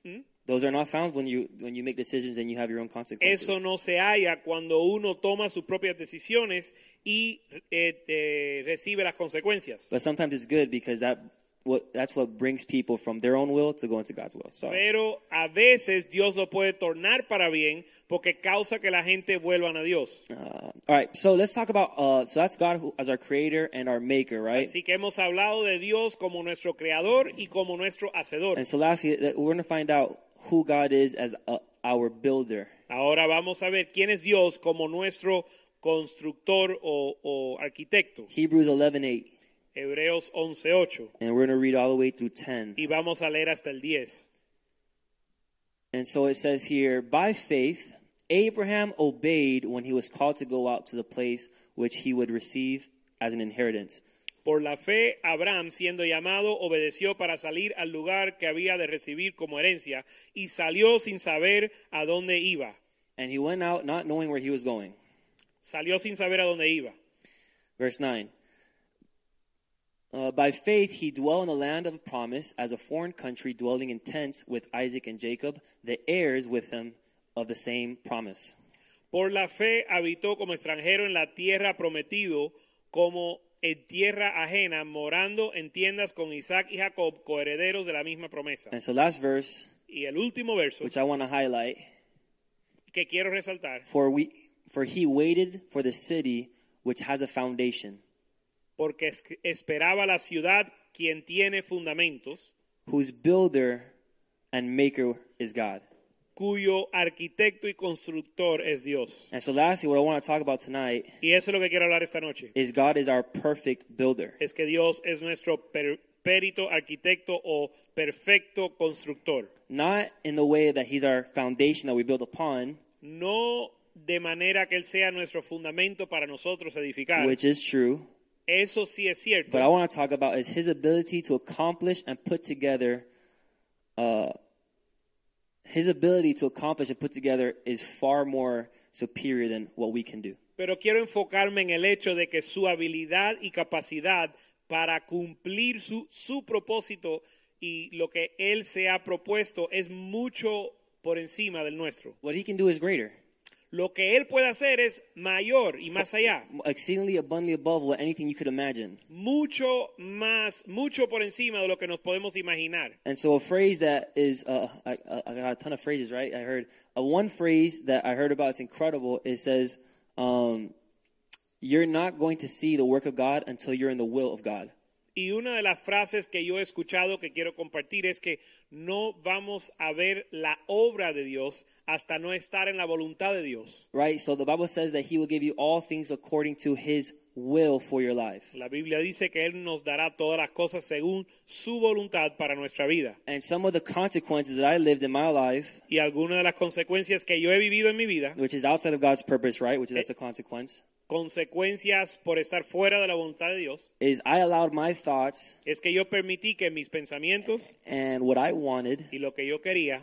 Hmm? Those are not found when you when you make decisions and you have your own consequences. Eso no se halla cuando uno toma sus propias decisiones y eh, eh, recibe las consecuencias. But sometimes it's good because that what that's what brings people from their own will to go into God's will. Sorry. Pero a veces Dios lo puede tornar para bien porque causa que la gente vuelvan a Dios. Uh, all right, so let's talk about. Uh, so that's God who, as our creator and our maker, right? Así que hemos hablado de Dios como nuestro creador y como nuestro hacedor. And so lastly, that- we're going to find out who God is as uh our builder. Ahora vamos a ver quién es Dios como nuestro constructor o, o arquitecto. Hebrews 11:8, Hebreos 11:8. and we're going to read all the way through 10. Y vamos a leer hasta el 10. And so it says here, by faith, Abraham obeyed when he was called to go out to the place which he would receive as an inheritance. Por la fe, Abraham, siendo llamado, obedeció para salir al lugar que había de recibir como herencia y salió sin saber a dónde iba. And he went out not knowing where he was going. Salió sin saber a dónde iba. Verse 9. Uh, by faith, he dwelt in the land of promise as a foreign country, dwelling in tents with Isaac and Jacob, the heirs with him of the same promise. Por la fe habitó como extranjero en la tierra prometido, como en tierra ajena, morando en tiendas con Isaac y Jacob, coherederos de la misma promesa. And so, last verse, Y el último verso which I want to highlight que quiero resaltar, for, we, for he waited for the city which has a foundation, porque es- esperaba la ciudad quien tiene fundamentos, whose builder and maker is God. cuyo arquitecto y constructor es Dios. And so, lastly, what I want to talk about tonight Y eso es lo que quiero hablar esta noche, is God is our perfect builder. es que Dios es nuestro per- perito arquitecto o perfecto constructor. Not in the way that he's our foundation that we build upon, no de manera que Él sea nuestro fundamento para nosotros edificar. which is true. Eso sí es cierto. But I want to talk about is his ability to accomplish and put together. Uh, his ability to accomplish and put together is far more superior than what we can do. Pero quiero enfocarme en el hecho de que su habilidad y capacidad para cumplir su, su propósito y lo que Él se ha propuesto es mucho por encima del nuestro. What he can do is greater, Lo que Él puede hacer es mayor y más allá. exceedingly abundantly above what anything you could imagine. Mucho más, mucho por encima de lo que nos podemos imaginar. And so, a phrase that is, uh, I, I I got a ton of phrases, right? I heard uh, one phrase that I heard about. It's incredible. It says, um, "You're not going to see the work of God until you're in the will of God." Y una de las frases que yo he escuchado que quiero compartir es que no vamos a ver la obra de Dios hasta no estar en la voluntad de Dios. Right? So the Bible says that he will give you all things according to his will for your life. La Biblia dice que Él nos dará todas las cosas según su voluntad para nuestra vida. And some of the consequences that I lived in my life, Y alguna de las consecuencias que yo he vivido en mi vida, which is outside of God's purpose, right? Which that's a consequence, consecuencias por estar fuera de la voluntad de Dios, is I allowed my thoughts es que yo permití que mis pensamientos and what I wanted y lo que yo quería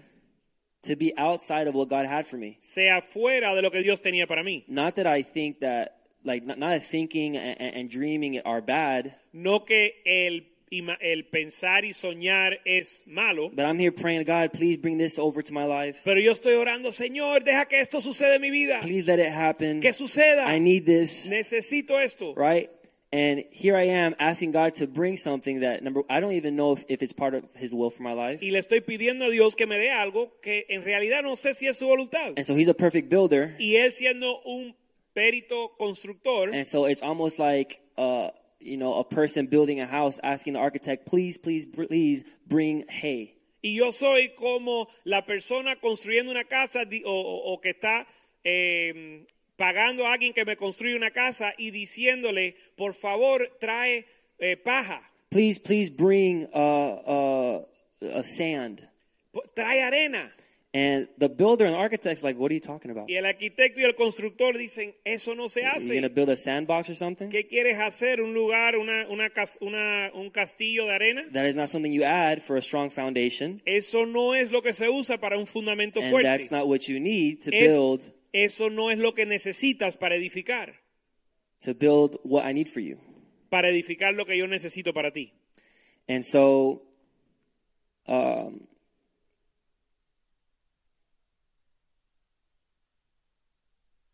to be outside of what God had for me. sea fuera de lo que Dios tenía para mí. Not that I think that like not, not that thinking and, and, and dreaming are bad, No que el, ima- el pensar y soñar es malo. but I'm here praying, God, please bring this over to my life. Pero yo estoy orando, Señor, deja que esto suceda en mi vida. Please let it happen. Que suceda. I need this. Necesito esto. right? And here I am asking God to bring something that number I don't even know if, if it's part of His will for my life. Y le estoy pidiendo a Dios que me dé algo que en realidad no sé si es su voluntad. And so He's a perfect builder, Y él siendo un perito constructor, and so it's almost like uh, you know a person building a house asking the architect, please, please, please bring hay. y yo soy como la persona construyendo una casa di- o, o- o que está eh, pagando a alguien que me construye una casa y diciéndole, por favor, trae eh, paja, Please, please bring uh, uh, a sand. po- trae arena. And the builder and the architect's like, what are you talking about? Y el arquitecto y el constructor dicen, eso no se You're gonna hace. build a sandbox or something? ¿Qué quieres hacer? ¿Un lugar, una, una, cas- una- un castillo de arena? That is not something you add for a strong foundation, Eso no es lo que se usa para un fundamento and fuerte. that's not what you need to Es- build eso no es lo que necesitas para edificar, to build what I need for you. para edificar lo que yo necesito para ti. And so, um,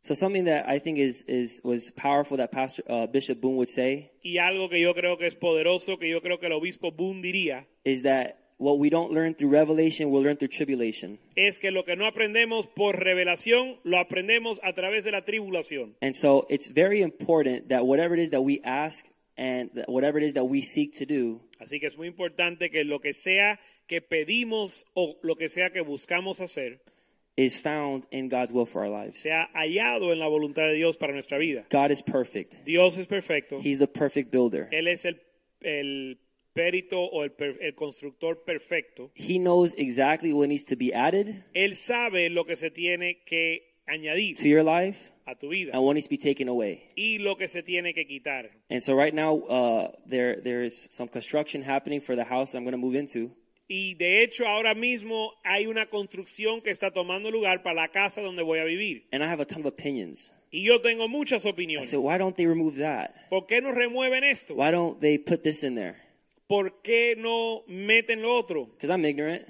So something that I think is is was powerful that Pastor uh, Bishop Boone would say Y algo que yo creo que es poderoso, que yo creo que el obispo Boone diría, is that what we don't learn through revelation, we'll learn through tribulation. es que lo que no aprendemos por revelación, lo aprendemos a través de la tribulación. And so it's very important that whatever it is that we ask and that whatever it is that we seek to do, Así que es muy importante que lo que sea que pedimos o lo que sea que buscamos hacer, is found in God's will for our lives. sea hallado en la voluntad de Dios para nuestra vida. God is perfect. Dios es perfecto. He's the perfect builder. Él es el, el perito o el, per- el constructor perfecto. He knows exactly what needs to be added Él sabe lo que se tiene que añadir to your life a tu vida and what needs to be taken away. y lo que se tiene que quitar. And so right now, uh, there there is some construction happening for the house I'm going to move into. Y de hecho ahora mismo hay una construcción que está tomando lugar para la casa donde voy a vivir. and I have a ton of opinions. Y yo tengo muchas I opiniones. said, why don't they remove that? ¿Por qué no remueven esto? Why don't they put this in there? ¿Por qué no meten lo otro? Because I'm ignorant.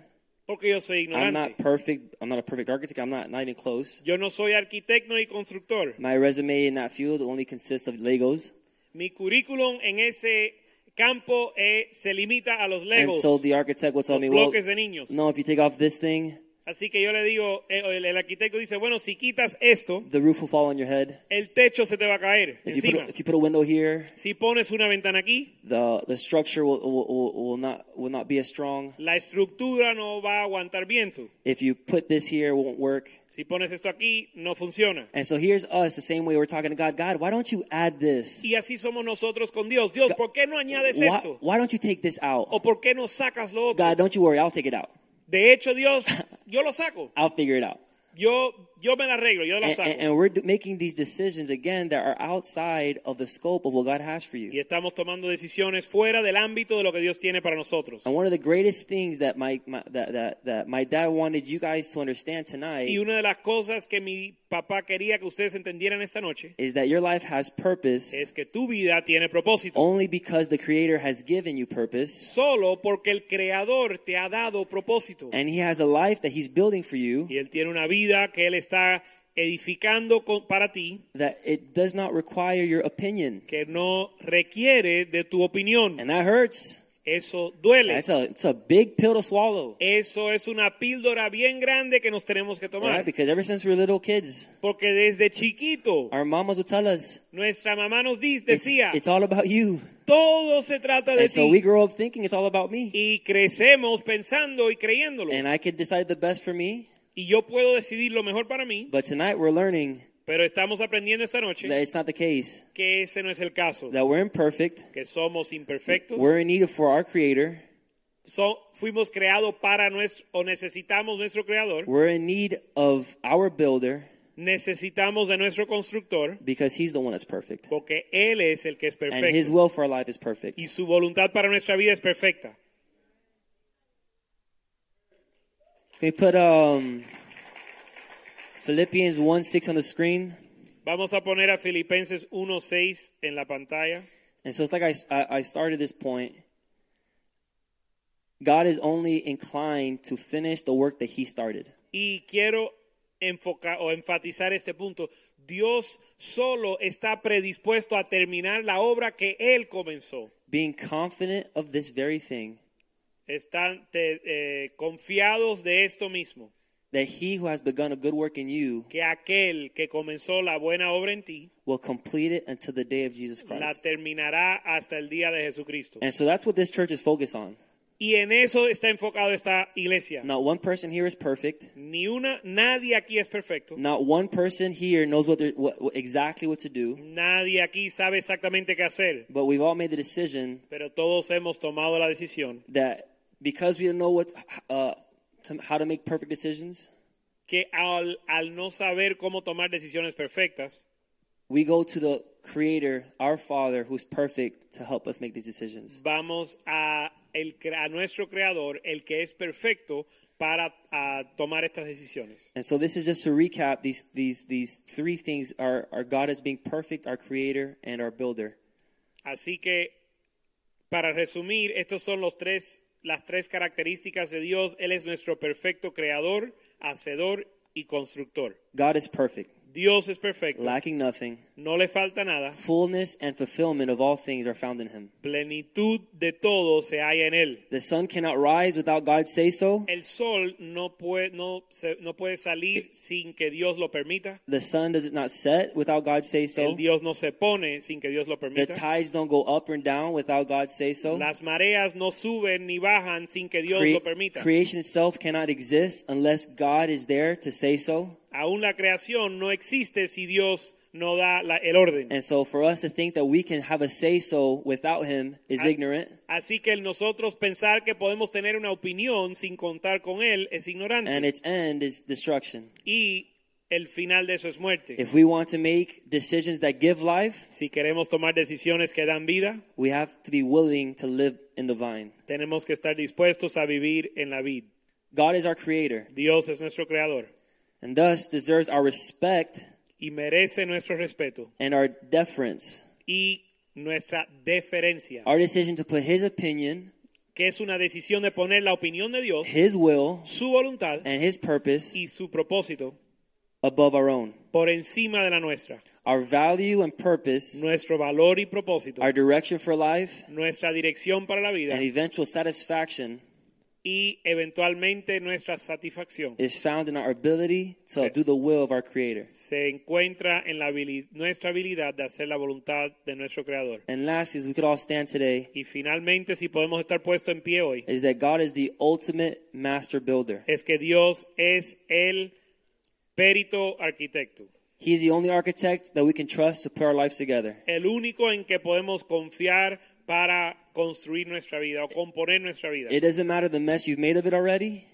Porque yo soy I'm not ignorante. perfect. I'm not a perfect architect. I'm not not even close. Yo no soy arquitecto ni constructor. My resume in that field only consists of Legos. Mi currículum en ese campo eh, se limita a los And legos, so the architect will tell los me, well, bloques de niños. no, if you take off this thing, Así que yo le digo, eh, el, el arquitecto dice, bueno, si quitas esto, the roof will fall on your head. el techo se te va a caer If you, put encima. a, if you put a window here, Si pones una ventana aquí, the the structure will, will, will, will not will not be as strong. la estructura no va a aguantar viento. If you put this here, it won't work. Si pones esto aquí, no funciona. And so here's us, the same way we're talking to God. God, why don't you add this? Y así somos nosotros con Dios. Dios, ¿por qué no añades Why, esto? why don't you take this out? ¿O por qué no sacas lo otro? God, don't you worry. I'll take it out. De hecho, Dios, yo lo saco. I'll figure it out. Yo, yo me la arreglo, yo la And, saco. and- and we're do- making these decisions again that are outside of the scope of what God has for y you. estamos tomando decisiones fuera del ámbito de lo que Dios tiene para nosotros. And one of the greatest things that my, my that, that that my dad wanted you guys to understand Y tonight una de las cosas que mi papá quería que ustedes entendieran esta noche is that your life has purpose es que tu vida tiene propósito. only because the Creator has given you purpose, Solo porque el Creador te ha dado propósito. and He has a life that He's building for you Y Él tiene una vida que Él está edificando con- para ti that it does not require your opinion, que no requiere de tu opinión. and that hurts. Eso duele. That's a it's a big pill to swallow, Eso es una píldora bien grande que nos tenemos que right? tomar. Because ever since we were little kids, Porque desde chiquito our mamas would tell us nuestra mamá nos di- it's, decía, it's all about you. todo se trata de And so we ti. grow up thinking it's all about me. Y crecemos pensando y creyéndolo. And I could decide the best for me, Y yo puedo decidir lo mejor para mí, but tonight we're learning pero estamos aprendiendo esta that noche it's not the case. que ese no es el caso. That we're imperfect. Que somos imperfectos. We're in need of for our creator. So- fuimos creados para nuestro, o necesitamos nuestro creador. We're in need of our builder Necesitamos de nuestro constructor, because he's the one that's perfect. porque él es el que es And his perfecto. will for our life is perfect. Y su voluntad para nuestra vida es perfecta. Can we put um Philippians 1 6 on the screen? Vamos a poner a Filipenses 1.6 en la pantalla. And so it's like I, I I started this point. God is only inclined to finish the work that he started. Y quiero enfocar o enfatizar este punto. Dios solo está predispuesto a terminar la obra que Él comenzó. Being confident of this very thing Están te- eh, confiados de esto mismo, that he who has begun a good work in you que aquel que comenzó la buena obra en ti, will complete it until the day of Jesus la Christ. terminará hasta el día de Jesucristo. And so that's what this church is focused on. Y en eso está enfocado esta iglesia. Not one person here is perfect. Ni una, nadie aquí es perfecto. Not one person here knows what, they're- what, what exactly what to do. Nadie aquí sabe exactamente qué hacer. But we've all made the decision Pero todos hemos tomado la decisión that because we don't know what uh, to, how to make perfect decisions, que al, al no saber cómo tomar decisiones perfectas, we go to the Creator, our Father, who's perfect, to help us make these decisions. vamos a, el, cre- a nuestro creador, el que es perfecto, para a tomar estas decisiones. And so this is just to recap. These these these three things are our God as being perfect, our Creator, and our Builder. Así que, para resumir, estos son los tres, las tres características de Dios. Él es nuestro perfecto creador, hacedor y constructor. God is perfect. Dios es perfecto, lacking nothing. no le falta nada. Fullness and fulfillment of all things are found in him. Plenitud de todo se halla en él. The sun cannot rise without God say so. El sol no puede, no, se- no puede salir sin que Dios lo permita. The sun does not set without God say El so. Dios no se pone sin que Dios lo The permita. tides don't go up and down without God say so. Las mareas no suben ni bajan sin que Dios Crea- lo permita. creation itself cannot exist unless God is there to say so. Aún la creación no existe si Dios no da la- el orden. And so for us to think that we can have a say so without him is Ah. ignorant. Así que el nosotros pensar que podemos tener una opinión sin contar con él es And ignorante. its end is destruction. Y el final de eso es muerte. If we want to make decisions that give life, Si queremos tomar decisiones que dan vida, we have to be willing to live in the vine. tenemos que estar dispuestos a vivir en la vid. God is our creator Dios es nuestro creador and thus deserves our respect y merece nuestro respeto and our deference. y nuestra deferencia, Our decision to put his opinion, que es una decisión de poner la opinión de Dios, his will, su voluntad and his purpose y su propósito above our own. por encima de la nuestra. Our value and purpose, Nuestro valor y propósito, our direction for life, nuestra dirección para la vida and eventual satisfaction y eventualmente nuestra satisfacción is found in our ability to do the will of our creator. se encuentra en la habili- nuestra habilidad de hacer la voluntad de nuestro Creador. And last, as we could all stand today, Y finalmente, si podemos estar puestos en pie hoy, is that God is the ultimate master builder. es que Dios es el perito arquitecto, He's the only architect that we can trust to put our lives together. el único en que podemos confiar para construir nuestra vida o componer nuestra vida. It doesn't matter the mess you've made of it already.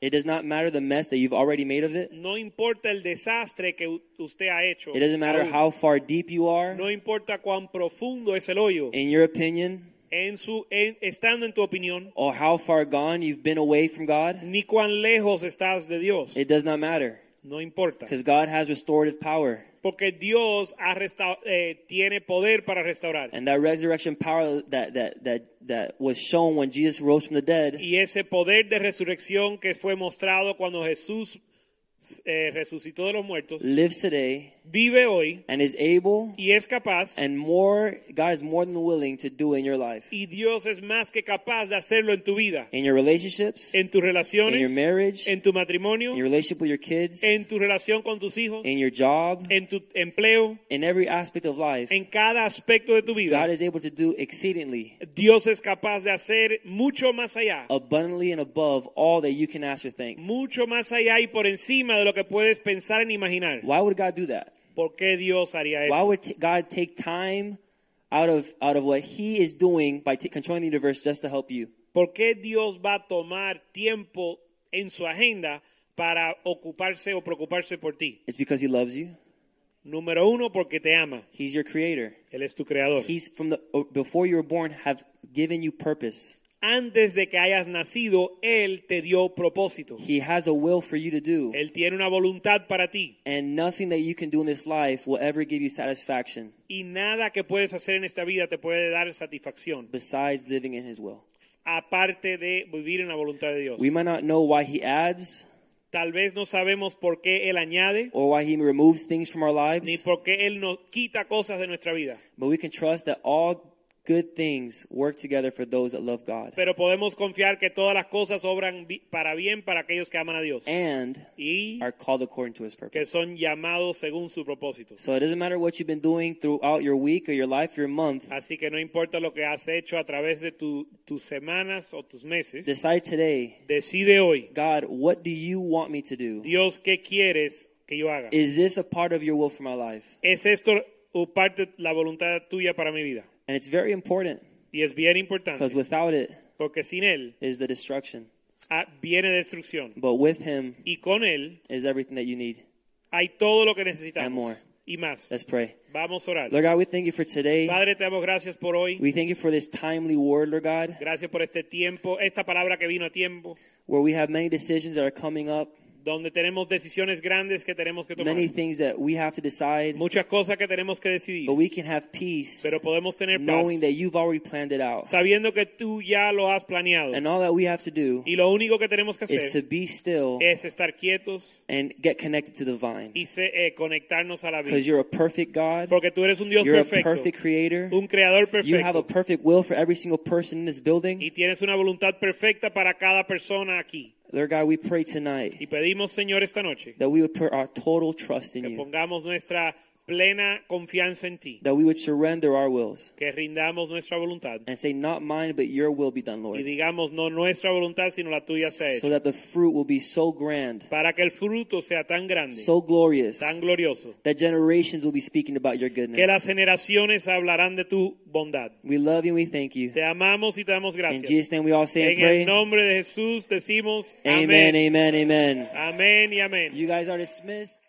It does not matter the mess that you've already made of it. No importa el desastre que u- usted ha hecho, It doesn't matter aún. how far deep you are no importa cuán profundo es el hoyo, in your opinion en su, en- estando en tu opinión, or how far gone you've been away from God. ni cuán lejos estás de Dios, It does not matter no importa. because God has restorative power. Porque Dios ha resta- eh, tiene poder para restaurar. And that resurrection power that, that, that, that was shown when Jesus rose from the dead Y ese poder de resurrección que fue mostrado cuando Jesús eh, resucitó de los muertos, lives today vive hoy and is able y es capaz. and more, God is more than willing to do in your life, Y Dios es más que capaz de hacerlo en tu vida, in your relationships, in en tus relaciones, your marriage, en tu matrimonio, your relationship with your kids, en tu relación con tus hijos, in your job, en tu empleo, in every aspect of life. en cada aspecto de tu vida. God is able to do exceedingly, Dios es capaz de hacer mucho más allá, abundantly, and above all that you can ask or think. mucho más allá y por encima de lo que puedes pensar en imaginar. Why would God do that? ¿Por qué Dios haría Why eso? would t- God take time out of out of what He is doing by t- controlling the universe just to help you? ¿Por qué Dios va a tomar tiempo en su agenda para ocuparse o preocuparse por ti? It's because He loves you. Número uno, porque te ama. He's your Creator. Él es tu creador. He's from the o- before you were born have given you purpose. Antes de que hayas nacido, Él te dio propósito. He has a will for you to do, Él tiene una voluntad para ti. and nothing that you can do in this life will ever give you satisfaction Y nada que puedes hacer en esta vida te puede dar satisfacción, besides living in His will. aparte de vivir en la voluntad de Dios. We might not know why He adds Tal vez no sabemos por qué Él añade, or why He removes things from our ni lives. por qué Él nos quita cosas de nuestra vida. But we can trust that all good things work together for those that love God. pero podemos confiar que todas las cosas obran bi- para bien para aquellos que aman a Dios And y are called according to his que purpose. son llamados según su propósito. So it doesn't matter what you've been doing throughout your week or your life, your month. Así que no importa lo que has hecho a través de tu- tus semanas o tus meses, Decide today, decide hoy, God, what do you want me to do? Dios, ¿qué quieres que yo haga? Is this a part of your will for my life? ¿Es esto o parte la voluntad tuya para mi vida? And it's very important Y es bien because importante, without it porque sin Él is the destruction. ah, viene destrucción But with him y con Él is everything that you need. hay todo lo que And necesitamos more. y más. Let's pray. Vamos a orar. Lord God, we thank you for today. Padre, te damos gracias por hoy. We thank you for this timely word, Lord God, Gracias por este tiempo, esta palabra que vino a tiempo, where we have many decisions that are coming up donde tenemos decisiones grandes que tenemos que tomar. many things that we have to decide, Muchas cosas que tenemos que decidir, but we can have peace pero podemos tener paz knowing that you've already planned it out. sabiendo que tú ya lo has planeado. And all that we have to do Y lo único que tenemos que is to hacer be still es estar quietos and get connected to the vine. y se- eh, conectarnos a la vida. Because you're a perfect God, Porque tú eres un Dios you're a perfecto, perfect creator, un creador you have a perfecto perfect will for every single person in this building. y tienes una voluntad perfecta para cada persona aquí. Lord God, we pray tonight Y pedimos, Señor, esta noche that we would put our total trust in que you, pongamos nuestra plena confianza en ti, that we would surrender our wills que rindamos nuestra voluntad and say, Not mine, but your will be done, y Lord. digamos no nuestra voluntad, sino la tuya sea So hecha. that the fruit will be so grand, Para que el fruto sea tan grande, so glorious, tan glorioso, that generations will be speaking about your que las goodness. generaciones hablarán de tu bondad. We love you and we thank you. Te amamos y te damos In gracias. Jesus' name, we all say and En el pray. nombre de Jesús decimos Amen, amén. amen, amen. Amén y amén. You guys are dismissed.